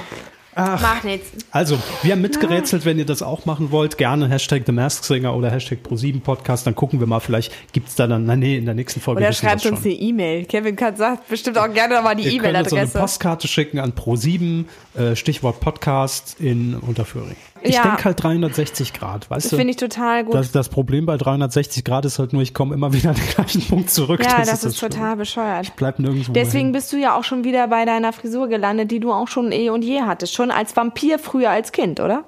Macht nichts.
Also, wir haben mitgerätselt, wenn ihr das auch machen wollt, gerne Hashtag The Mask Singer oder Hashtag Pro7Podcast, dann gucken wir mal, vielleicht gibt es da dann, nein, nee, in der nächsten Folge
Oder
wissen wir
schreibt
das
uns
schon.
eine E-Mail. Kevin kann, sagt bestimmt auch gerne nochmal die
Ihr könnt uns so eine
E-Mail-Adresse.
Postkarte schicken an Pro7, äh, Stichwort Podcast in Unterföhring. Ich
Ja.
denke halt 360 Grad, weißt du?
Finde ich total gut.
Das, das Problem bei 360 Grad ist halt nur, ich komme immer wieder an den gleichen Punkt zurück.
ja, das, ist
Schlimme.
total bescheuert.
Bleibt nirgendwo. mehr
Deswegen bist du ja auch schon wieder bei deiner Frisur gelandet, die du auch schon eh und je hattest. Schon als Vampir früher als Kind, oder?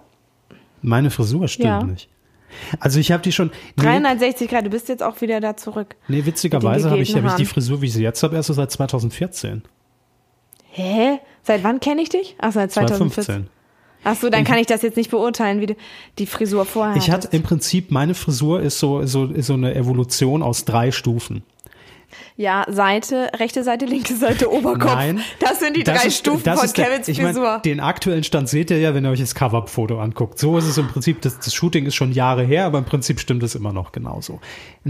hin. Meine Frisur stimmt
Ja.
nicht. Also ich habe die schon. Nee,
360 Grad, du bist jetzt auch wieder da zurück.
nee
mit
witzigerweise habe
den
ich, hab ich die
gegebenen
Frisur, wie ich sie jetzt habe, erst so seit 2014.
Hä? Seit wann kenne ich dich? Ach, seit 2015.
2015.
Ach so, dann kann ich das jetzt nicht beurteilen, wie du die Frisur vorher
Ich hatte
hattest.
im Prinzip, meine Frisur ist so, so, ist so eine Evolution aus drei Stufen.
Ja, Seite, rechte Seite, linke Seite, Oberkopf.
Nein.
Das sind die drei
ist-
Stufen
das
von
ist der-
Kevins
ich mein,
Frisur.
Den aktuellen Stand seht ihr ja, wenn ihr euch das Cover-Foto anguckt. So ist es im Prinzip, das, das Shooting ist schon Jahre her, aber im Prinzip stimmt es immer noch genauso.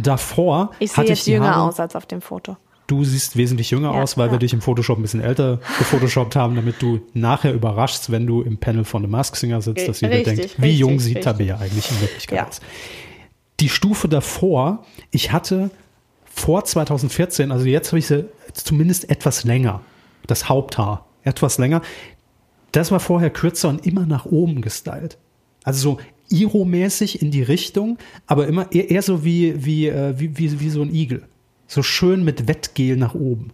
Davor
ich sehe
hatte ich
jetzt
die
jünger
Haare,
aus als auf dem Foto.
Du siehst wesentlich jünger
Ja,
aus, weil wir
ja.
dich im Photoshop ein bisschen älter gefotoshoppt haben, damit du nachher überraschst, wenn du im Panel von The Mask Singer sitzt, dass jeder
Richtig,
denkt, wie jung
richtig,
sieht Tabea eigentlich in Wirklichkeit
Ja.
aus. Die Stufe davor, ich hatte vor 2014, also jetzt habe ich sie zumindest etwas länger, das Haupthaar etwas länger. Das war vorher kürzer und immer nach oben gestylt. Also so Iro-mäßig in die Richtung, aber immer eher, eher so wie, wie, äh, wie, wie, wie so ein Igel. So schön mit Wettgel nach oben.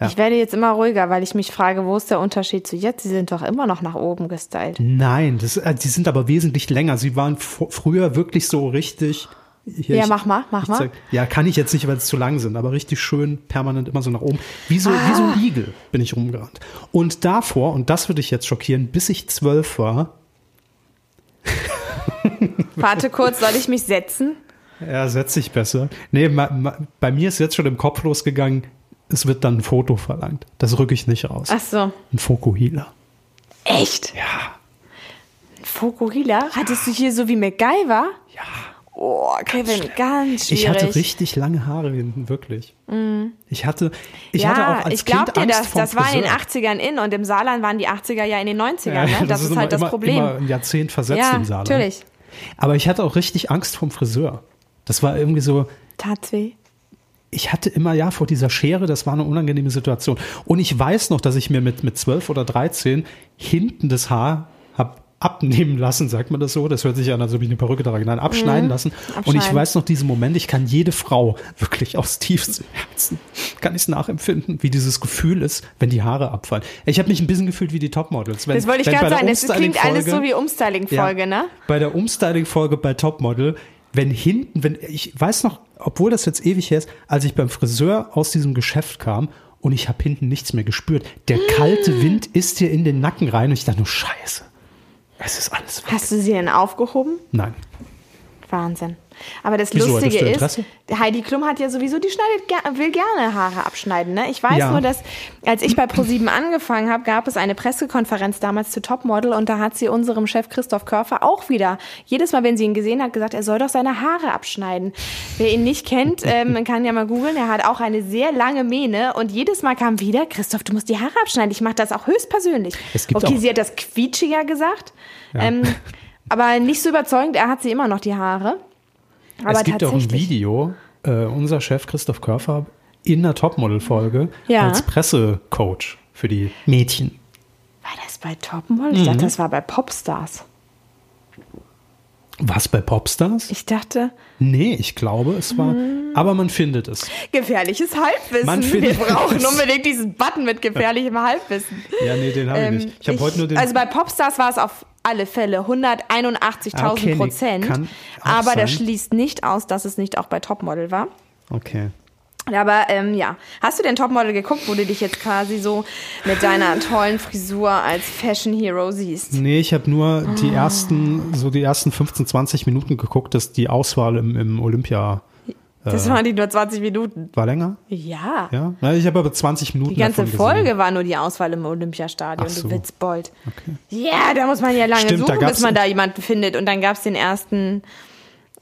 Ja.
Ich werde jetzt immer ruhiger, weil ich mich frage, wo ist der Unterschied zu jetzt? Sie sind doch immer noch nach oben gestylt.
Nein, das, äh, die sind aber wesentlich länger. Sie waren fr- früher wirklich so richtig. Hier,
Ja, mach mal, mach mal.
ja, kann ich jetzt nicht, weil es zu lang sind, aber richtig schön permanent immer so nach oben. Wie so, wie so
Ah.
ein Igel bin ich rumgerannt. Und davor, und das würde ich jetzt schockieren, bis ich zwölf war,
Warte kurz, soll ich mich setzen?
ja, setz ich besser. Nee, ma, ma, bei mir ist jetzt schon im Kopf losgegangen, es wird dann ein Foto verlangt. Das rücke ich nicht raus.
Ach so.
Ein Fokuhila.
Echt?
Ja,
Fokurila? Hattest du hier so wie MacGyver?
ja.
Oh, Kevin,
schlimm.
ganz schwierig. Mhm.
Ich hatte richtig lange Haare hinten, wirklich. Ich hatte, ich
ja,
hatte auch als
ich
Kind
glaub dir
Angst
das.
vom
Das war in den
Friseur.
80ern in und im Saarland waren die 80er ja in den 90ern.
Ja,
ne? das, ist,
immer-
halt das
immer,
Problem.
Immer ein Jahrzehnt versetzt
ja,
im ne? Saarland.
natürlich.
Aber ich hatte auch richtig Angst vom Friseur. Das war irgendwie so,
Tat's weh.
ich hatte immer ja vor dieser Schere, das war eine unangenehme Situation. Und ich weiß noch, dass ich mir mit, mit 12 oder 13 hinten das Haar hab abnehmen lassen, sagt man das so. Das hört sich an, als ob ich eine Perücke trage. Nein, abschneiden lassen. Und ich
Mhm. abschneiden.
weiß noch diesen Moment, ich kann jede Frau wirklich aus tiefstem Herzen, kann ich es nachempfinden, wie dieses Gefühl ist, wenn die Haare abfallen. Ich habe mich ein bisschen gefühlt wie die Topmodels. Wenn,
Das wollte ich
wenn
gerade
bei der
sagen. Das klingt alles
Umstyling-Folge-
so wie Umstyling-Folge,
ja.
ne?
Bei der Umstyling-Folge bei Topmodel, wenn hinten, wenn ich weiß noch, obwohl das jetzt ewig her ist, als ich beim Friseur aus diesem Geschäft kam und ich habe hinten nichts mehr gespürt. Der
Mm.
kalte Wind ist dir in den Nacken rein und ich dachte nur Scheiße. Es ist alles weg.
Hast du sie denn aufgehoben?
Nein.
Wahnsinn. Aber das
Wieso,
Lustige
hattest du
ist,
Interesse?
Heidi Klum hat ja sowieso, die schneidet, ger- will gerne Haare abschneiden. Ne? Ich weiß
Ja.
nur, dass als ich bei ProSieben angefangen habe, gab es eine Pressekonferenz damals zu Topmodel und da hat sie unserem Chef Christoph Körfer auch wieder, jedes Mal, wenn sie ihn gesehen hat, gesagt, er soll doch seine Haare abschneiden. Wer ihn nicht kennt, ähm, man kann ja mal googeln, er hat auch eine sehr lange Mähne und jedes Mal kam wieder, Christoph, du musst die Haare abschneiden. Ich mache das auch höchstpersönlich.
Es gibt
okay,
auch-
sie hat das quietschiger gesagt. Ähm, aber nicht so überzeugend, er hat sie immer noch die Haare. Aber
es gibt auch ein
tatsächlich.
Video, äh, unser Chef Christoph Körfer in der Topmodel-Folge
Ja.
als Pressecoach für die Mädchen.
War das bei Topmodel? Ich
Mhm.
dachte, das war bei Popstars.
Was bei Popstars?
Ich Mm. dachte,
nee, ich glaube, es war. Aber man findet es.
gefährliches Halbwissen.
Man
Wir
findet-
brauchen unbedingt diesen Button mit gefährlichem Halbwissen.
Ja, nee, den habe
Ähm,
ich nicht. Ich habe heute nur den.
also bei Popstars war es auf alle Fälle 181.000
Ah, okay, nee,
Prozent.
kann auch
aber das
sein.
schließt nicht aus, dass es nicht auch bei Topmodel war.
okay.
Aber ähm, ja, hast du denn Topmodel geguckt, wo du dich jetzt quasi so mit deiner tollen Frisur als Fashion Hero siehst?
Nee, ich habe nur die
Ah.
ersten, so die ersten 15, 20 Minuten geguckt, dass die Auswahl im, im Olympia
Das waren die nur 20 Minuten.
war länger.
Ja.
Äh. Ja, Na, ich habe aber 20 Minuten.
Die ganze
davon
Folge
gesehen.
war nur die Auswahl im Olympiastadion,
Ach so.
du Witzbold. Ja, da muss man ja lange
Stimmt, da
suchen,
gab's-
bis man da jemanden findet. Und dann gab es den ersten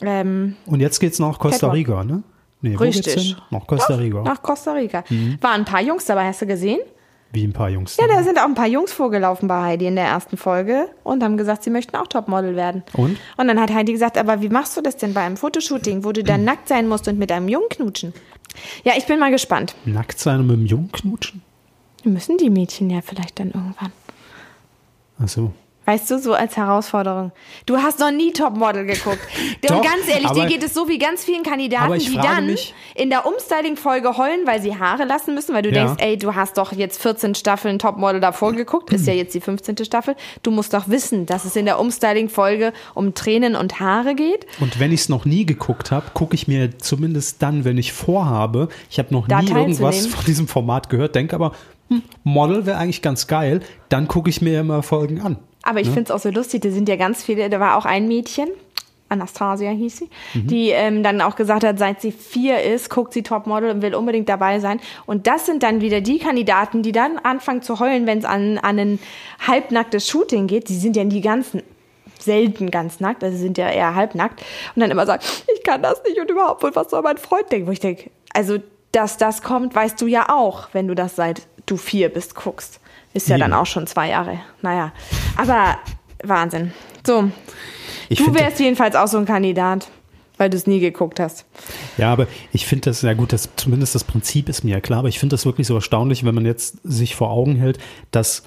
ähm,
Und jetzt geht's nach Costa
Catwalk.
Rica, ne? Nee, wo geht's
richtig.
hin? Nach Costa
Doch,
Rica. Mhm.
Nach Costa Rica. Waren ein paar Jungs dabei, hast du gesehen?
Wie ein paar Jungs.
Ja, da sind auch ein paar Jungs vorgelaufen bei Heidi in der ersten Folge und haben gesagt, sie möchten auch Topmodel werden.
Und?
Und dann hat Heidi gesagt, aber wie machst du das denn bei einem Fotoshooting, wo du dann nackt sein musst und mit einem Jungen knutschen? Ja, ich bin mal gespannt.
Nackt sein und mit dem Jungen knutschen?
Müssen die Mädchen ja vielleicht dann irgendwann.
Ach so.
Weißt du, so als Herausforderung. Du hast noch nie Topmodel geguckt. Doch,
Doch,
ganz ehrlich, dir
aber-
geht es so wie ganz vielen Kandidaten,
Aber ich
die
frage
dann
mich-
in der Umstyling-Folge heulen, weil sie Haare lassen müssen, weil du
Ja.
denkst, ey, du hast doch jetzt 14 Staffeln Topmodel davor geguckt, ist ja jetzt die 15. Staffel. Du musst doch wissen, dass es in der Umstyling-Folge um Tränen und Haare geht.
Und wenn ich es noch nie geguckt habe, gucke ich mir zumindest dann, wenn ich vorhabe, ich habe noch
Da
nie irgendwas
teilzunehmen.
von diesem Format gehört, denke aber, hm, Model wäre eigentlich ganz geil, dann gucke ich mir immer Folgen an.
Aber ich find's auch so lustig, da sind ja ganz viele, da war auch ein Mädchen, Anastasia hieß sie, die ähm, dann auch gesagt hat, seit sie vier ist, guckt sie Topmodel und will unbedingt dabei sein. Und das sind dann wieder die Kandidaten, die dann anfangen zu heulen, wenn es an, an ein halbnacktes Shooting geht. Die sind ja die ganzen selten ganz nackt, also sind ja eher halbnackt und dann immer sagen, ich kann das nicht und überhaupt und was soll mein Freund denken? Wo ich denke, also dass das kommt, weißt du ja auch, wenn du das seit du vier bist guckst. Ist ja
Eben.
dann auch schon zwei Jahre. Naja, aber Wahnsinn. So,
Ich
du
find-
wärst jedenfalls auch so ein Kandidat, weil du es nie geguckt hast.
Ja, aber ich finde das, ja gut, das, zumindest das Prinzip ist mir ja klar, aber ich finde das wirklich so erstaunlich, wenn man jetzt sich vor Augen hält, dass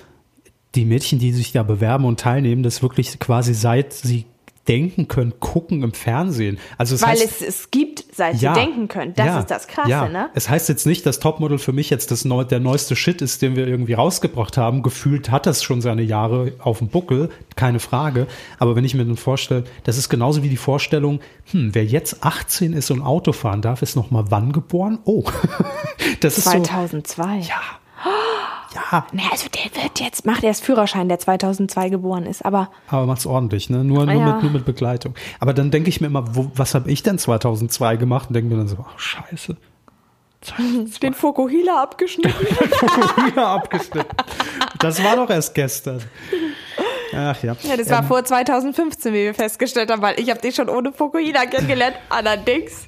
die Mädchen, die sich da bewerben und teilnehmen, das wirklich quasi seit sie denken können, gucken im Fernsehen. Also es
Weil
heißt,
es es gibt, seit sie denken können. Das
ja,
ist das Krasse,
ja.
ne?
Es heißt jetzt nicht, dass Topmodel für mich jetzt das neu, der neueste Shit ist, den wir irgendwie rausgebracht haben. Gefühlt hat das schon seine Jahre auf dem Buckel, keine Frage. Aber wenn ich mir dann vorstelle, das ist genauso wie die Vorstellung, hm, wer jetzt 18 ist und Auto fahren darf, ist noch mal wann geboren? Oh, das ist so.
2002.
Ja, ja,
Naja, also der wird jetzt, macht erst Führerschein, der 2002 geboren ist, aber
aber macht's ordentlich, ne? Nur, nur,
Ah, Ja.
mit, nur mit Begleitung. Aber dann denke ich mir immer, wo, was habe ich denn 2002 gemacht? Und denke mir dann so, ach, scheiße.
den Fokuhila abgeschnitten.
Wieder abgeschnitten. Das war doch erst gestern. Ach ja. Ähm,
Ja, das war vor 2015, wie wir festgestellt haben, weil ich habe dich schon ohne Fukuhila kennengelernt. Allerdings,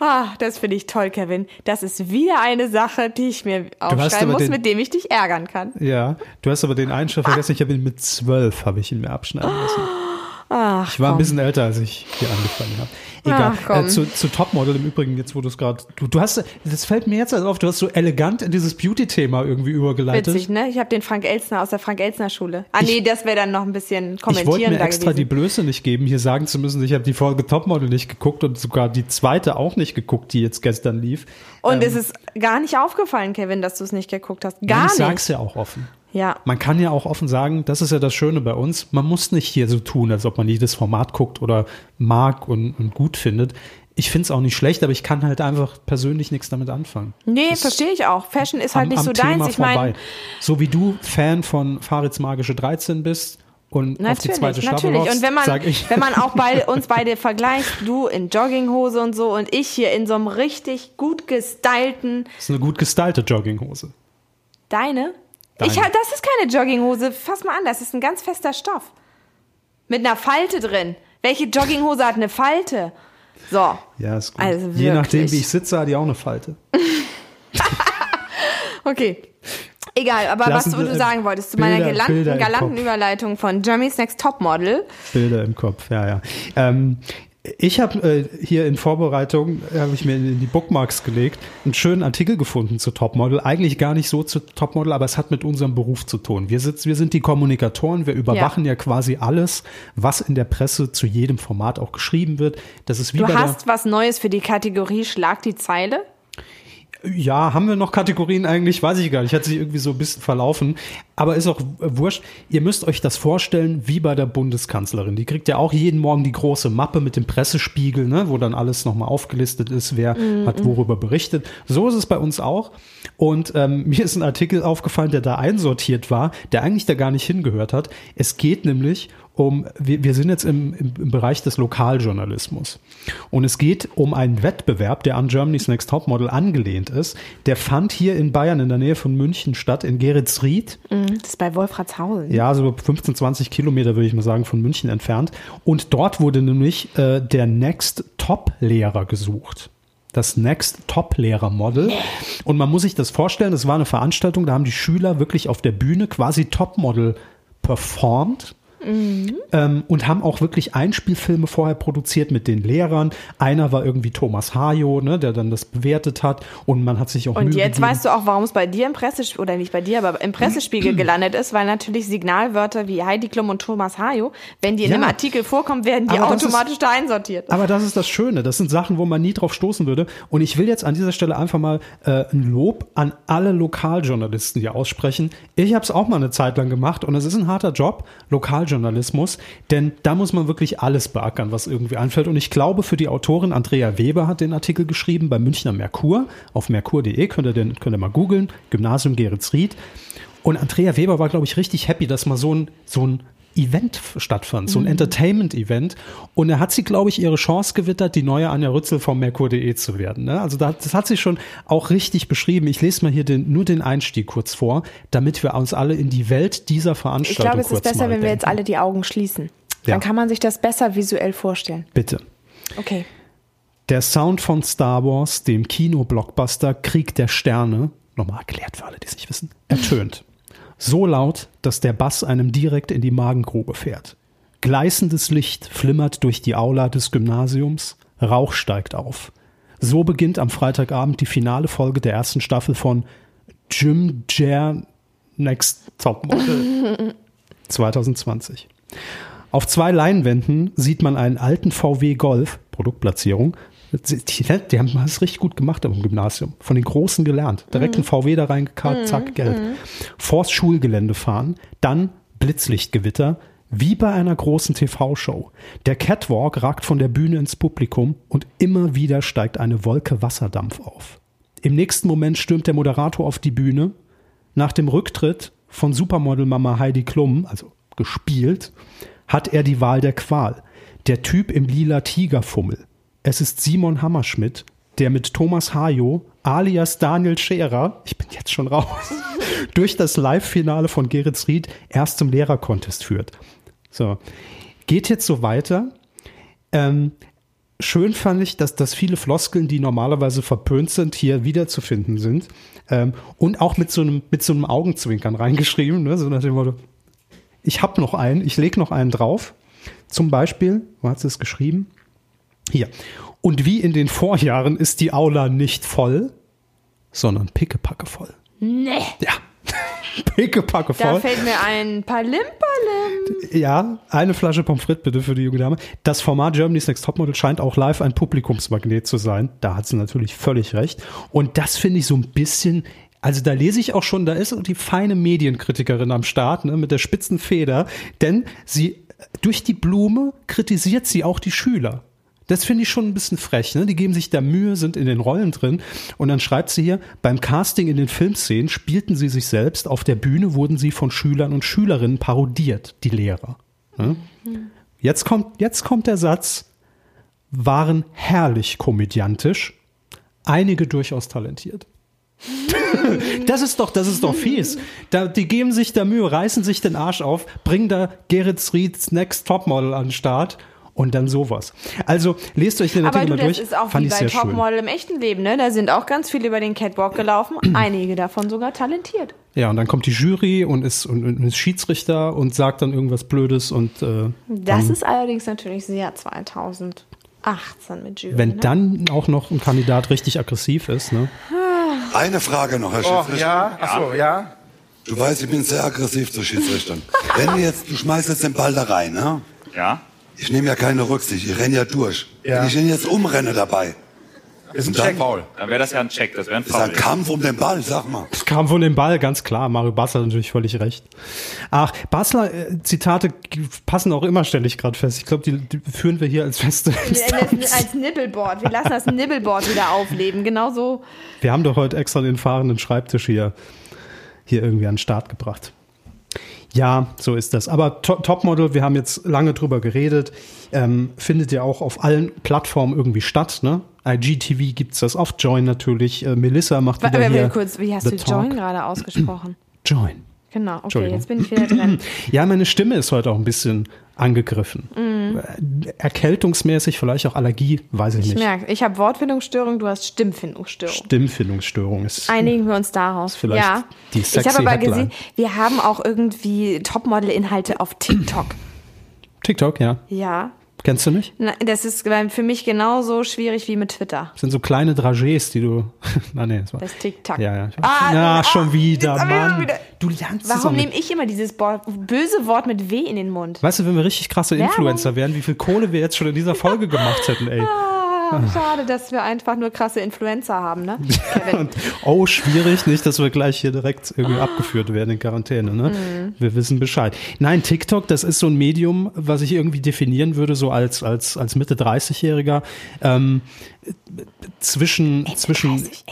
ah, das finde ich toll, Kevin. Das ist wieder eine Sache, die ich mir aufschreiben
aber
muss,
den-
mit dem ich dich ärgern kann.
Ja, du hast aber den einen schon vergessen. Ich habe ihn mit zwölf habe ich ihn mir abschneiden
Ah,
lassen. ich war ein bisschen älter, als ich hier angefangen habe.
Ach,
Egal.
komm.
äh, zu, zu Topmodel im Übrigen, jetzt wo du es gerade. Du, du hast, das fällt mir jetzt erst auf, du hast so elegant in dieses Beauty-Thema irgendwie übergeleitet.
Witzig, ne? Ich habe den Frank Elzner aus der Frank Elzner Schule. Ah
Ich-
nee, das wäre dann noch ein bisschen
Ich wollte mir
kommentierender
extra die
gewesen.
Blöße nicht geben, hier sagen zu müssen, ich habe die Folge Topmodel nicht geguckt und sogar die zweite auch nicht geguckt, die jetzt gestern lief.
Und es ist gar nicht aufgefallen, Kevin, dass du es nicht geguckt hast. Gar
ähm, ich
nicht.
sag's ja auch offen.
Ja.
Man kann ja auch offen sagen, das ist ja das Schöne bei uns. Man muss nicht hier so tun, als ob man jedes Format guckt oder mag und, und gut findet. Ich finde es auch nicht schlecht, aber ich kann halt einfach persönlich nichts damit anfangen.
Nee,
Das
verstehe ich auch. Fashion ist halt
am-
nicht
am
so
Thema
deins. Ich meine,
vorbei. so wie du Fan von Farids Magische 13 bist Und auf die
Natürlich,
zweite Staffel
natürlich. Und wenn man,
sage ich.
wenn man auch bei uns beide vergleicht, du in Jogginghose und so und ich hier in so einem richtig gut gestylten
das ist eine gut gestylte Jogginghose.
Deine?
Deine.
Ich halt, das ist keine Jogginghose. Fass mal an, das ist ein ganz fester Stoff. Mit einer Falte drin. Welche Jogginghose hat eine Falte? So.
Ja, ist gut.
Also
Je nachdem,
wirklich.
wie ich sitze, hat die auch eine Falte.
Okay. Egal, aber
Lassen
was du,
wir,
du
äh,
sagen wolltest, zu
Bilder-
meiner galanten,
Bilder im
galanten
Kopf.
Überleitung von Jeremy's Next Topmodel.
Bilder im Kopf, ja, ja. Ähm, ich habe äh, hier in Vorbereitung, äh, habe ich mir in die Bookmarks gelegt, einen schönen Artikel gefunden zu Topmodel. Eigentlich gar nicht so zu Topmodel, aber es hat mit unserem Beruf zu tun. Wir, sitz, wir sind die Kommunikatoren, wir überwachen ja. quasi alles, was in der Presse zu jedem Format auch geschrieben wird. Das ist wie
Du
bei
hast was Neues für die Kategorie Schlag die Zeile.
der, Ja, haben wir noch Kategorien eigentlich? Weiß ich gar nicht. Hat sich irgendwie so ein bisschen verlaufen. Aber ist auch äh, wurscht. Ihr müsst euch das vorstellen wie bei der Bundeskanzlerin. Die kriegt ja auch jeden Morgen die große Mappe mit dem Pressespiegel, ne, wo dann alles nochmal aufgelistet ist, wer hat worüber berichtet. So ist es bei uns auch. Und ähm, mir ist ein Artikel aufgefallen, der da einsortiert war, der eigentlich da gar nicht hingehört hat. Es geht nämlich um, wir, wir sind jetzt im, im, im Bereich des Lokaljournalismus. Und es geht um einen Wettbewerb, der an Germany's Next Topmodel angelehnt ist. Der fand hier in Bayern in der Nähe von München statt, in Geretsried.
Mhm. Das ist bei Wolfratshausen.
Ja, so 15, 20 Kilometer, würde ich mal sagen, von München entfernt. Und dort wurde nämlich äh, der Next Top-Lehrer gesucht. Das Next Top-Lehrer-Model. Und man muss sich das vorstellen, das war eine Veranstaltung, da haben die Schüler wirklich auf der Bühne quasi Top-Model performt.
Mhm.
Ähm, und haben auch wirklich Einspielfilme vorher produziert mit den Lehrern. Einer war irgendwie Thomas Hajo, ne, der dann das bewertet hat. Und man hat sich auch
Und
Mühe
jetzt
gegeben.
weißt du auch, warum es bei dir im Pressespiegel, oder nicht bei dir, aber im Pressespiegel gelandet ist, weil natürlich Signalwörter wie Heidi Klum und Thomas Hayo, wenn die in
Ja.
einem Artikel vorkommen, werden die
Aber das
automatisch da einsortiert.
Aber das ist das Schöne. Das sind Sachen, wo man nie drauf stoßen würde. Und ich will jetzt an dieser Stelle einfach mal äh, ein Lob an alle Lokaljournalisten hier aussprechen. Ich habe es auch mal eine Zeit lang gemacht und es ist ein harter Job, Lokaljournalismus, denn da muss man wirklich alles beackern, was irgendwie anfällt. Und ich glaube, für die Autorin Andrea Weber hat den Artikel geschrieben bei Münchner Merkur. Auf merkur.de könnt ihr, den, könnt ihr mal googeln. Gymnasium Geretsried. Und Andrea Weber war, glaube ich, richtig happy, dass mal so ein, so ein Event stattfand,
Mhm.
so ein Entertainment-Event. Und da hat sie, glaube ich, ihre Chance gewittert, die neue Anja Rützel vom Merkur.de zu werden. Ne? Also da, das hat sie schon auch richtig beschrieben. Ich lese mal hier den, nur den Einstieg kurz vor, damit wir uns alle in die Welt dieser
Ich
Veranstaltung
glaube, es
kurz
ist besser, wenn
mal
wir
denken.
jetzt alle die Augen schließen.
Ja.
Dann kann man sich das besser visuell vorstellen.
Bitte.
Okay.
Der Sound von Star Wars, dem Kino-Blockbuster Krieg der Sterne, nochmal erklärt für alle, die es nicht wissen, ertönt. So laut, dass der Bass einem direkt in die Magengrube fährt. Gleißendes Licht flimmert durch die Aula des Gymnasiums, Rauch steigt auf. So beginnt am Freitagabend die finale Folge der ersten Staffel von Jim Jer Next Topmodel 2020. Auf zwei Leinwänden sieht man einen alten VW Golf, Produktplatzierung. Die, die haben das richtig gut gemacht im Gymnasium. Von den Großen gelernt. Direkt einen VW da reingekarrt, zack, gelb. Vors Schulgelände fahren, dann Blitzlichtgewitter, wie bei einer großen TV-Show. Der Catwalk ragt von der Bühne ins Publikum und immer wieder steigt eine Wolke Wasserdampf auf. Im nächsten Moment stürmt der Moderator auf die Bühne. Nach dem Rücktritt von Supermodel-Mama Heidi Klum, also gespielt, hat er die Wahl der Qual. Der Typ im lila Tigerfummel. Es ist Simon Hammerschmidt, der mit Thomas Hajo alias Daniel Scherer, ich bin jetzt schon raus, durch das Live-Finale von Gerrit Ried erst zum Lehrer-Contest führt. So. Geht jetzt so weiter. Ähm, schön fand ich, dass, dass viele Floskeln, die normalerweise verpönt sind, hier wiederzufinden sind. Ähm, und auch mit so einem, mit so einem Augenzwinkern reingeschrieben, ne? so nach dem Motto, ich habe noch einen, ich lege noch einen drauf. Zum Beispiel, wo hat sie es geschrieben? Hier. Und wie in den Vorjahren ist die Aula nicht voll, sondern pickepacke voll.
Nee.
Ja. pickepacke
Da
voll.
fällt mir ein Palim-Palim.
Ja, eine Flasche Pommes frites bitte für die junge Dame. Das Format Germany's Next Topmodel scheint auch live ein Publikumsmagnet zu sein. Da hat sie natürlich völlig recht. Und das finde ich so ein bisschen, also da lese ich auch schon, da ist die feine Medienkritikerin am Start, ne, mit der spitzen Feder, denn sie, durch die Blume kritisiert sie auch die Schüler. Das finde ich schon ein bisschen frech. Ne? Die geben sich da Mühe, sind in den Rollen drin. Und dann schreibt sie hier, beim Casting in den Filmszenen spielten sie sich selbst. Auf der Bühne wurden sie von Schülern und Schülerinnen parodiert, die Lehrer. Ne? Jetzt, kommt, jetzt kommt der Satz, waren herrlich komödiantisch, einige durchaus talentiert. Das ist doch, das ist doch fies. Da, die geben sich da Mühe, reißen sich den Arsch auf, bringen da Gerrit Rieds Next Topmodel an den Start und dann sowas. Also lest euch den
Aber
Artikel
du,
mal
das
durch.
ist auch
Fand
wie
ich
bei
sehr schön.
Topmodel im echten Leben, ne? Da sind auch ganz viele über den Catwalk gelaufen, einige davon sogar talentiert.
Ja, und dann kommt die Jury und ist, und, und ist Schiedsrichter und sagt dann irgendwas Blödes und äh,
Das ist allerdings natürlich sehr 2018 mit Jury.
wenn
ne?
dann auch noch ein Kandidat richtig aggressiv ist, ne?
Eine Frage noch, Herr
Oh,
Schiedsrichter.
ja, ach so, ja.
Du weißt, ich bin sehr aggressiv zu Schiedsrichtern. Wenn du jetzt, du schmeißt jetzt den Ball da rein, ne?
Ja?
Ich nehme ja keine Rücksicht, ich renne ja durch.
Ja.
Wenn ich ihn jetzt umrenne dabei,
Ist ein
Und dann-
Check.
Paul.
Dann wäre das ja ein Check, das wäre ein
ist ein
Foul.
Kampf um den Ball, sag mal.
Es kam von dem Ball, ganz klar. Mario Basler hat natürlich völlig recht. Ach, Basler äh, Zitate g- passen auch immer ständig gerade fest. Ich glaube, die, die führen wir hier als feste.
Als- als Nibbelboard. Wir lassen das Nibbelboard wieder aufleben. Genauso.
Wir haben doch heute extra den fahrenden Schreibtisch hier, hier irgendwie an den Start gebracht. Ja, so ist das. Aber to Topmodel, wir haben jetzt lange drüber geredet, ähm, findet ja auch auf allen Plattformen irgendwie statt. Ne? IGTV gibt es das auf Join natürlich. Äh, Melissa macht
Wa-
wieder
warte
hier
mal kurz, wie hast du
The Talk.
Join gerade ausgesprochen?
Join.
Genau, okay,
Entschuldigung.
jetzt bin ich wieder drin.
Ja, meine Stimme ist heute auch ein bisschen angegriffen. Äh, Erkältungsmäßig, vielleicht auch Allergie, weiß ich,
Ich
nicht.
merke, ich habe Wortfindungsstörung, du hast Stimmfindungsstörung.
Stimmfindungsstörung ist.
Einigen wir uns daraus.
Vielleicht
ja.
die sexy
ich habe aber
Headline.
gesehen, wir haben auch irgendwie Topmodel-Inhalte auf TikTok.
TikTok, ja.
ja.
Kennst du nicht?
Na, das ist für mich genauso schwierig wie mit Twitter.
Das sind so kleine Dragés, die du. Na, nee, das war.
Das Tic-Tac.
Ja, ja. Ich weiß.
Ah,
Na,
ah,
schon wieder,
jetzt hab ich
Mann.
schon wieder-
Du lernst es auch
Warum
nicht.
nehme ich immer dieses Bo- böse Wort mit W in den Mund?
Weißt du, wenn wir richtig krasse
Werbung.
Influencer wären, wie viel Kohle wir jetzt schon in dieser Folge gemacht hätten, ey.
Ah, schade, dass wir einfach nur krasse Influencer haben, ne? Kevin.
Oh, schwierig, nicht, dass wir gleich hier direkt irgendwie abgeführt werden in Quarantäne. Ne?
Mhm.
Wir wissen Bescheid. Nein, TikTok, das ist so ein Medium, was ich irgendwie definieren würde, so als, als, als Mitte 30-Jähriger. Ähm, zwischen, zwischen
30,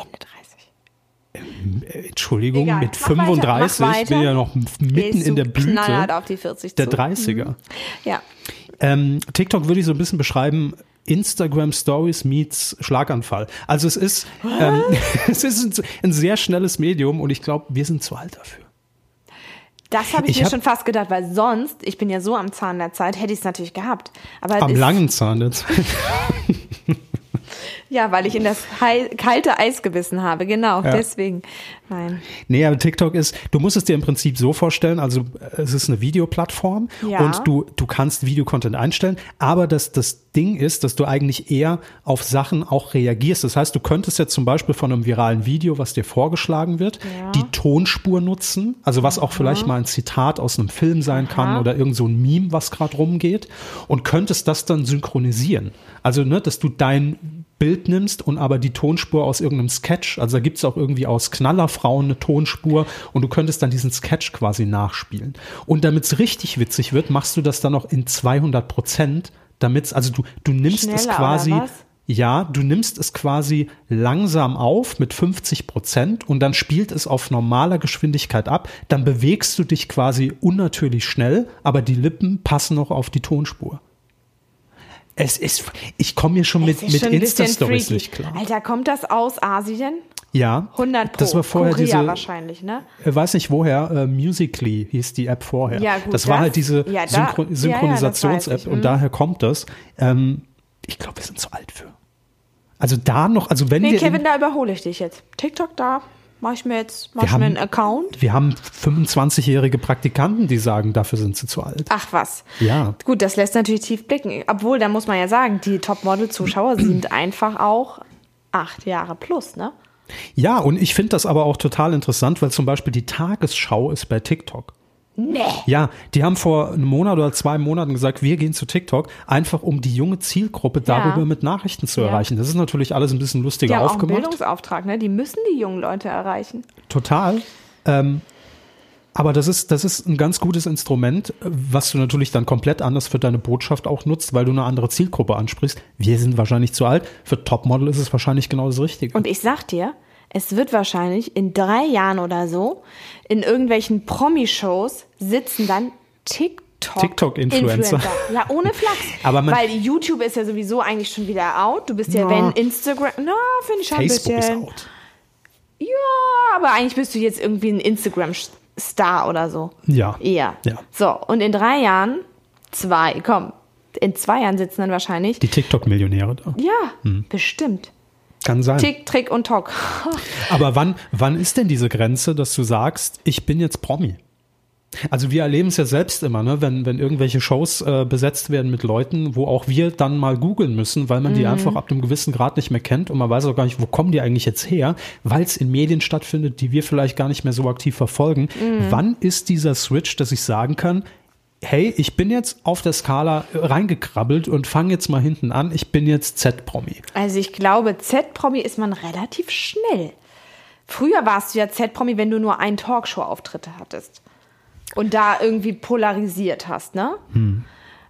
Ende 30.
Entschuldigung,
Egal.
mit
Mach weiter, mach
35 bin
weiter.
ich ja noch mitten
Gehst
in
du
der Blüte
knallhart auf die 40
der
zu.
30er.
Ja.
Ähm, TikTok würde ich so ein bisschen beschreiben. Instagram Stories meets Schlaganfall. Also es ist, ähm, es ist ein, ein sehr schnelles Medium und ich glaube, wir sind zu alt dafür.
Das habe ich,
Ich
mir
hab-
schon fast gedacht, weil sonst, ich bin ja so am Zahn der Zeit, hätte ich es natürlich gehabt. Aber es
Am
ist,
langen Zahn jetzt.
Ja, weil ich in das hei- kalte Eis gebissen habe, genau,
Ja.
deswegen. Nein.
Nee, aber TikTok ist, du musst es dir im Prinzip so vorstellen, also es ist eine Videoplattform
Ja.
und du, du kannst Videocontent einstellen, aber das, das Ding ist, dass du eigentlich eher auf Sachen auch reagierst. Das heißt, du könntest jetzt zum Beispiel von einem viralen Video, was dir vorgeschlagen wird, die Tonspur nutzen, also was
Mhm.
auch vielleicht mal ein Zitat aus einem Film sein kann oder irgend so ein Meme, was gerade rumgeht und könntest das dann synchronisieren. Also, ne, dass du dein Bild nimmst und aber die Tonspur aus irgendeinem Sketch, also da gibt es auch irgendwie aus Knallerfrauen eine Tonspur und du könntest dann diesen Sketch quasi nachspielen. Und damit es richtig witzig wird, machst du das dann noch in 200 Prozent, damit es, also du, du nimmst es
Schneller,
quasi,
oder was?
ja, du nimmst es quasi langsam auf mit 50 Prozent und dann spielt es auf normaler Geschwindigkeit ab, dann bewegst du dich quasi unnatürlich schnell, aber die Lippen passen noch auf die Tonspur. Es ist, ich komme mir schon mit,
Es ist
mit
schon ein bisschen
Insta-Stories
freaky.
nicht klar.
Alter, kommt das aus Asien?
Ja,
100 Pro.
das war vorher
Korea
diese,
wahrscheinlich, ne?
äh, weiß nicht woher, äh, Musically hieß die App vorher.
Ja, gut,
das war
das-
halt diese
ja, da- ja, ja,
Synchro
das weiß
Synchronisations-App
ich,
und
mhm.
daher kommt das. Ähm, ich glaube, wir sind zu alt für. Also da noch, also wenn
Nee,
wir,
Kevin,
in,
da überhole ich dich jetzt. TikTok, da mach ich mir jetzt mach
Wir
ich mir
haben-
einen Account.
wir haben 25-jährige Praktikanten, die sagen, dafür sind sie zu alt.
Ach was.
Ja.
Gut, das lässt natürlich tief blicken. Obwohl, da muss man ja sagen, die Topmodel-Zuschauer sind einfach auch acht Jahre plus, ne?
Ja, und ich finde das aber auch total interessant, weil zum Beispiel die Tagesschau ist bei TikTok. Nee. Ja, die haben vor einem Monat oder zwei Monaten gesagt, wir gehen zu TikTok, einfach um die junge Zielgruppe darüber mit Nachrichten zu erreichen. Das ist natürlich alles ein bisschen
Die
lustiger
haben auch einen
aufgemacht.
Bildungsauftrag, ne? Die müssen die jungen Leute erreichen.
Total. Ähm, Aber das ist, das ist ein ganz gutes Instrument, was du natürlich dann komplett anders für deine Botschaft auch nutzt, weil du eine andere Zielgruppe ansprichst. Wir sind wahrscheinlich zu alt. Für Topmodel ist es wahrscheinlich genau das Richtige.
Und ich sag dir, es wird wahrscheinlich in drei Jahren oder so in irgendwelchen Promi-Shows sitzen dann TikTok.
TikTok-Influencer.
Influencer. Ja, ohne Flachs.
Aber man-
Weil YouTube ist ja sowieso eigentlich schon wieder out. Du bist ja,
Na.
wenn Instagram. Na, finde ich schon
Facebook
ein
ist
bisschen.
out.
Ja, aber eigentlich bist du jetzt irgendwie ein Instagram-Star oder so.
Ja.
Ja.
Ja.
So, und in drei Jahren, zwei, komm, in zwei Jahren sitzen dann wahrscheinlich.
Die Mhm. TikTok-Millionäre da.
ja, bestimmt.
Kann sein.
Tick, Trick und Tock.
Aber wann, wann ist denn diese Grenze, dass du sagst, ich bin jetzt Promi? Also wir erleben es ja selbst immer, ne? wenn, wenn irgendwelche Shows äh, besetzt werden mit Leuten, wo auch wir dann mal googeln müssen, weil man die einfach ab einem gewissen Grad nicht mehr kennt und man weiß auch gar nicht, wo kommen die eigentlich jetzt her, weil es in Medien stattfindet, die wir vielleicht gar nicht mehr so aktiv verfolgen. Wann ist dieser Switch, dass ich sagen kann, hey, ich bin jetzt auf der Skala äh, reingekrabbelt und fange jetzt mal hinten an, ich bin jetzt Z-Promi.
Also ich glaube, Z-Promi ist man relativ schnell. Früher warst du ja Z-Promi, wenn du nur einen Talkshow-Auftritte hattest. Und da irgendwie polarisiert hast, ne?
Hm.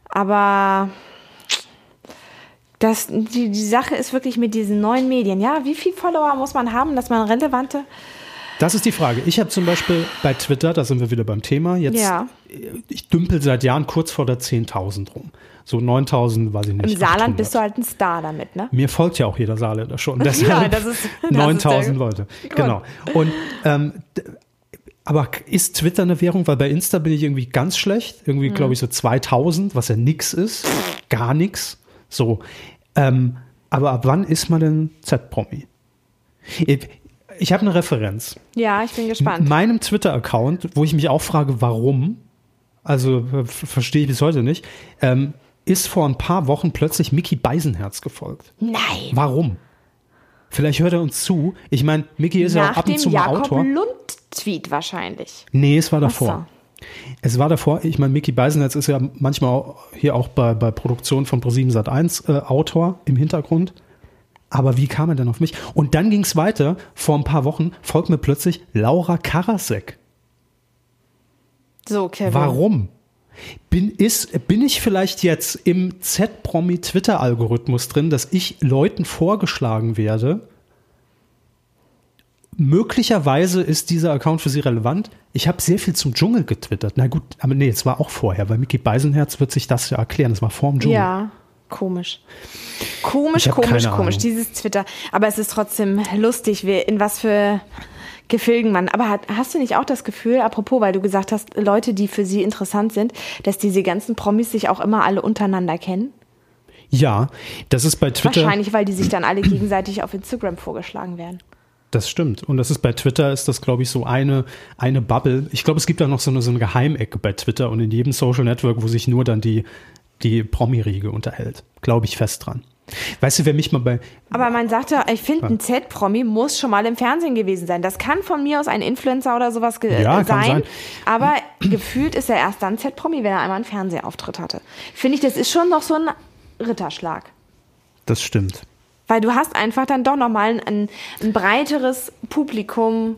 Aber das, die, die Sache ist wirklich mit diesen neuen Medien. Ja, wie viel Follower muss man haben, dass man relevante.
Das ist die Frage. Ich habe zum Beispiel bei Twitter, da sind wir wieder beim Thema, jetzt,
Ja.
ich dümpel seit Jahren kurz vor der 10.000 rum. So 9.000, weiß ich nicht.
Im Saarland
800.
bist du halt ein Star damit, ne?
Mir folgt ja auch jeder Saarländer schon. Deshalb
Ja, das ist- das ist
9000
der
Leute. Genau. Und ähm, d- aber ist Twitter eine Währung? Weil bei Insta bin ich irgendwie ganz schlecht. Irgendwie
Hm.
glaube ich so 2000, was ja nix ist, gar nix. So. Ähm, aber ab wann ist man denn Z-Promi? Ich, ich habe eine Referenz
Ja, ich bin gespannt.
meinem Twitter-Account, wo ich mich auch frage, warum, also äh, f- verstehe ich bis heute nicht, ähm, ist vor ein paar Wochen plötzlich Mickey Beisenherz gefolgt.
Nein.
Warum? Vielleicht hört er uns zu. Ich meine, Mickey ist ja auch
Nach
ab und
dem
zu mal
Jakob
Autor.
Lund-Tweet wahrscheinlich.
Nee, es war davor.
so.
Es war davor, ich meine, Mickey Beisenherz ist ja manchmal auch hier auch bei, bei Produktionen von Pro7 Sat 1 äh, Autor im Hintergrund. Aber wie kam er denn auf mich? Und dann ging es weiter. Vor ein paar Wochen folgt mir plötzlich Laura Karasek.
So, Kevin.
Warum? Bin, ist, bin ich vielleicht jetzt im Z-Promi-Twitter-Algorithmus drin, dass ich Leuten vorgeschlagen werde? Möglicherweise ist dieser Account für sie relevant. Ich habe sehr viel zum Dschungel getwittert. Na gut, aber nee, es war auch vorher, weil Mickey Beisenherz wird sich das ja erklären. Das war vor dem Dschungel.
Ja, komisch. Komisch,
Ich hab
komisch,
keine
komisch,
Ahnung.
dieses Twitter. Aber es ist trotzdem lustig, wie, in was für Gefilden man. Aber hat, hast du nicht auch das Gefühl, apropos, weil du gesagt hast, Leute, die für sie interessant sind, dass diese ganzen Promis sich auch immer alle untereinander kennen?
ja, das ist bei Twitter.
Wahrscheinlich, weil die sich dann alle gegenseitig auf Instagram vorgeschlagen werden.
Das stimmt. Und das ist bei Twitter, ist das, glaube ich, so eine, eine Bubble. Ich glaube, es gibt da noch so eine, so eine Geheimecke bei Twitter und in jedem Social Network, wo sich nur dann die, die Promi-Riege unterhält. Glaube ich fest dran. Weißt du, wer mich mal bei.
Aber man sagt ja, ich finde, ein Z-Promi muss schon mal im Fernsehen gewesen sein. Das kann von mir aus ein Influencer oder sowas ge- äh,
Ja,
sein,
kann sein.
Aber gefühlt ist er erst dann Z-Promi, wenn er einmal einen Fernsehauftritt hatte. Finde ich, das ist schon noch so ein Ritterschlag.
Das stimmt.
Weil du hast einfach dann doch nochmal ein, ein, ein breiteres Publikum.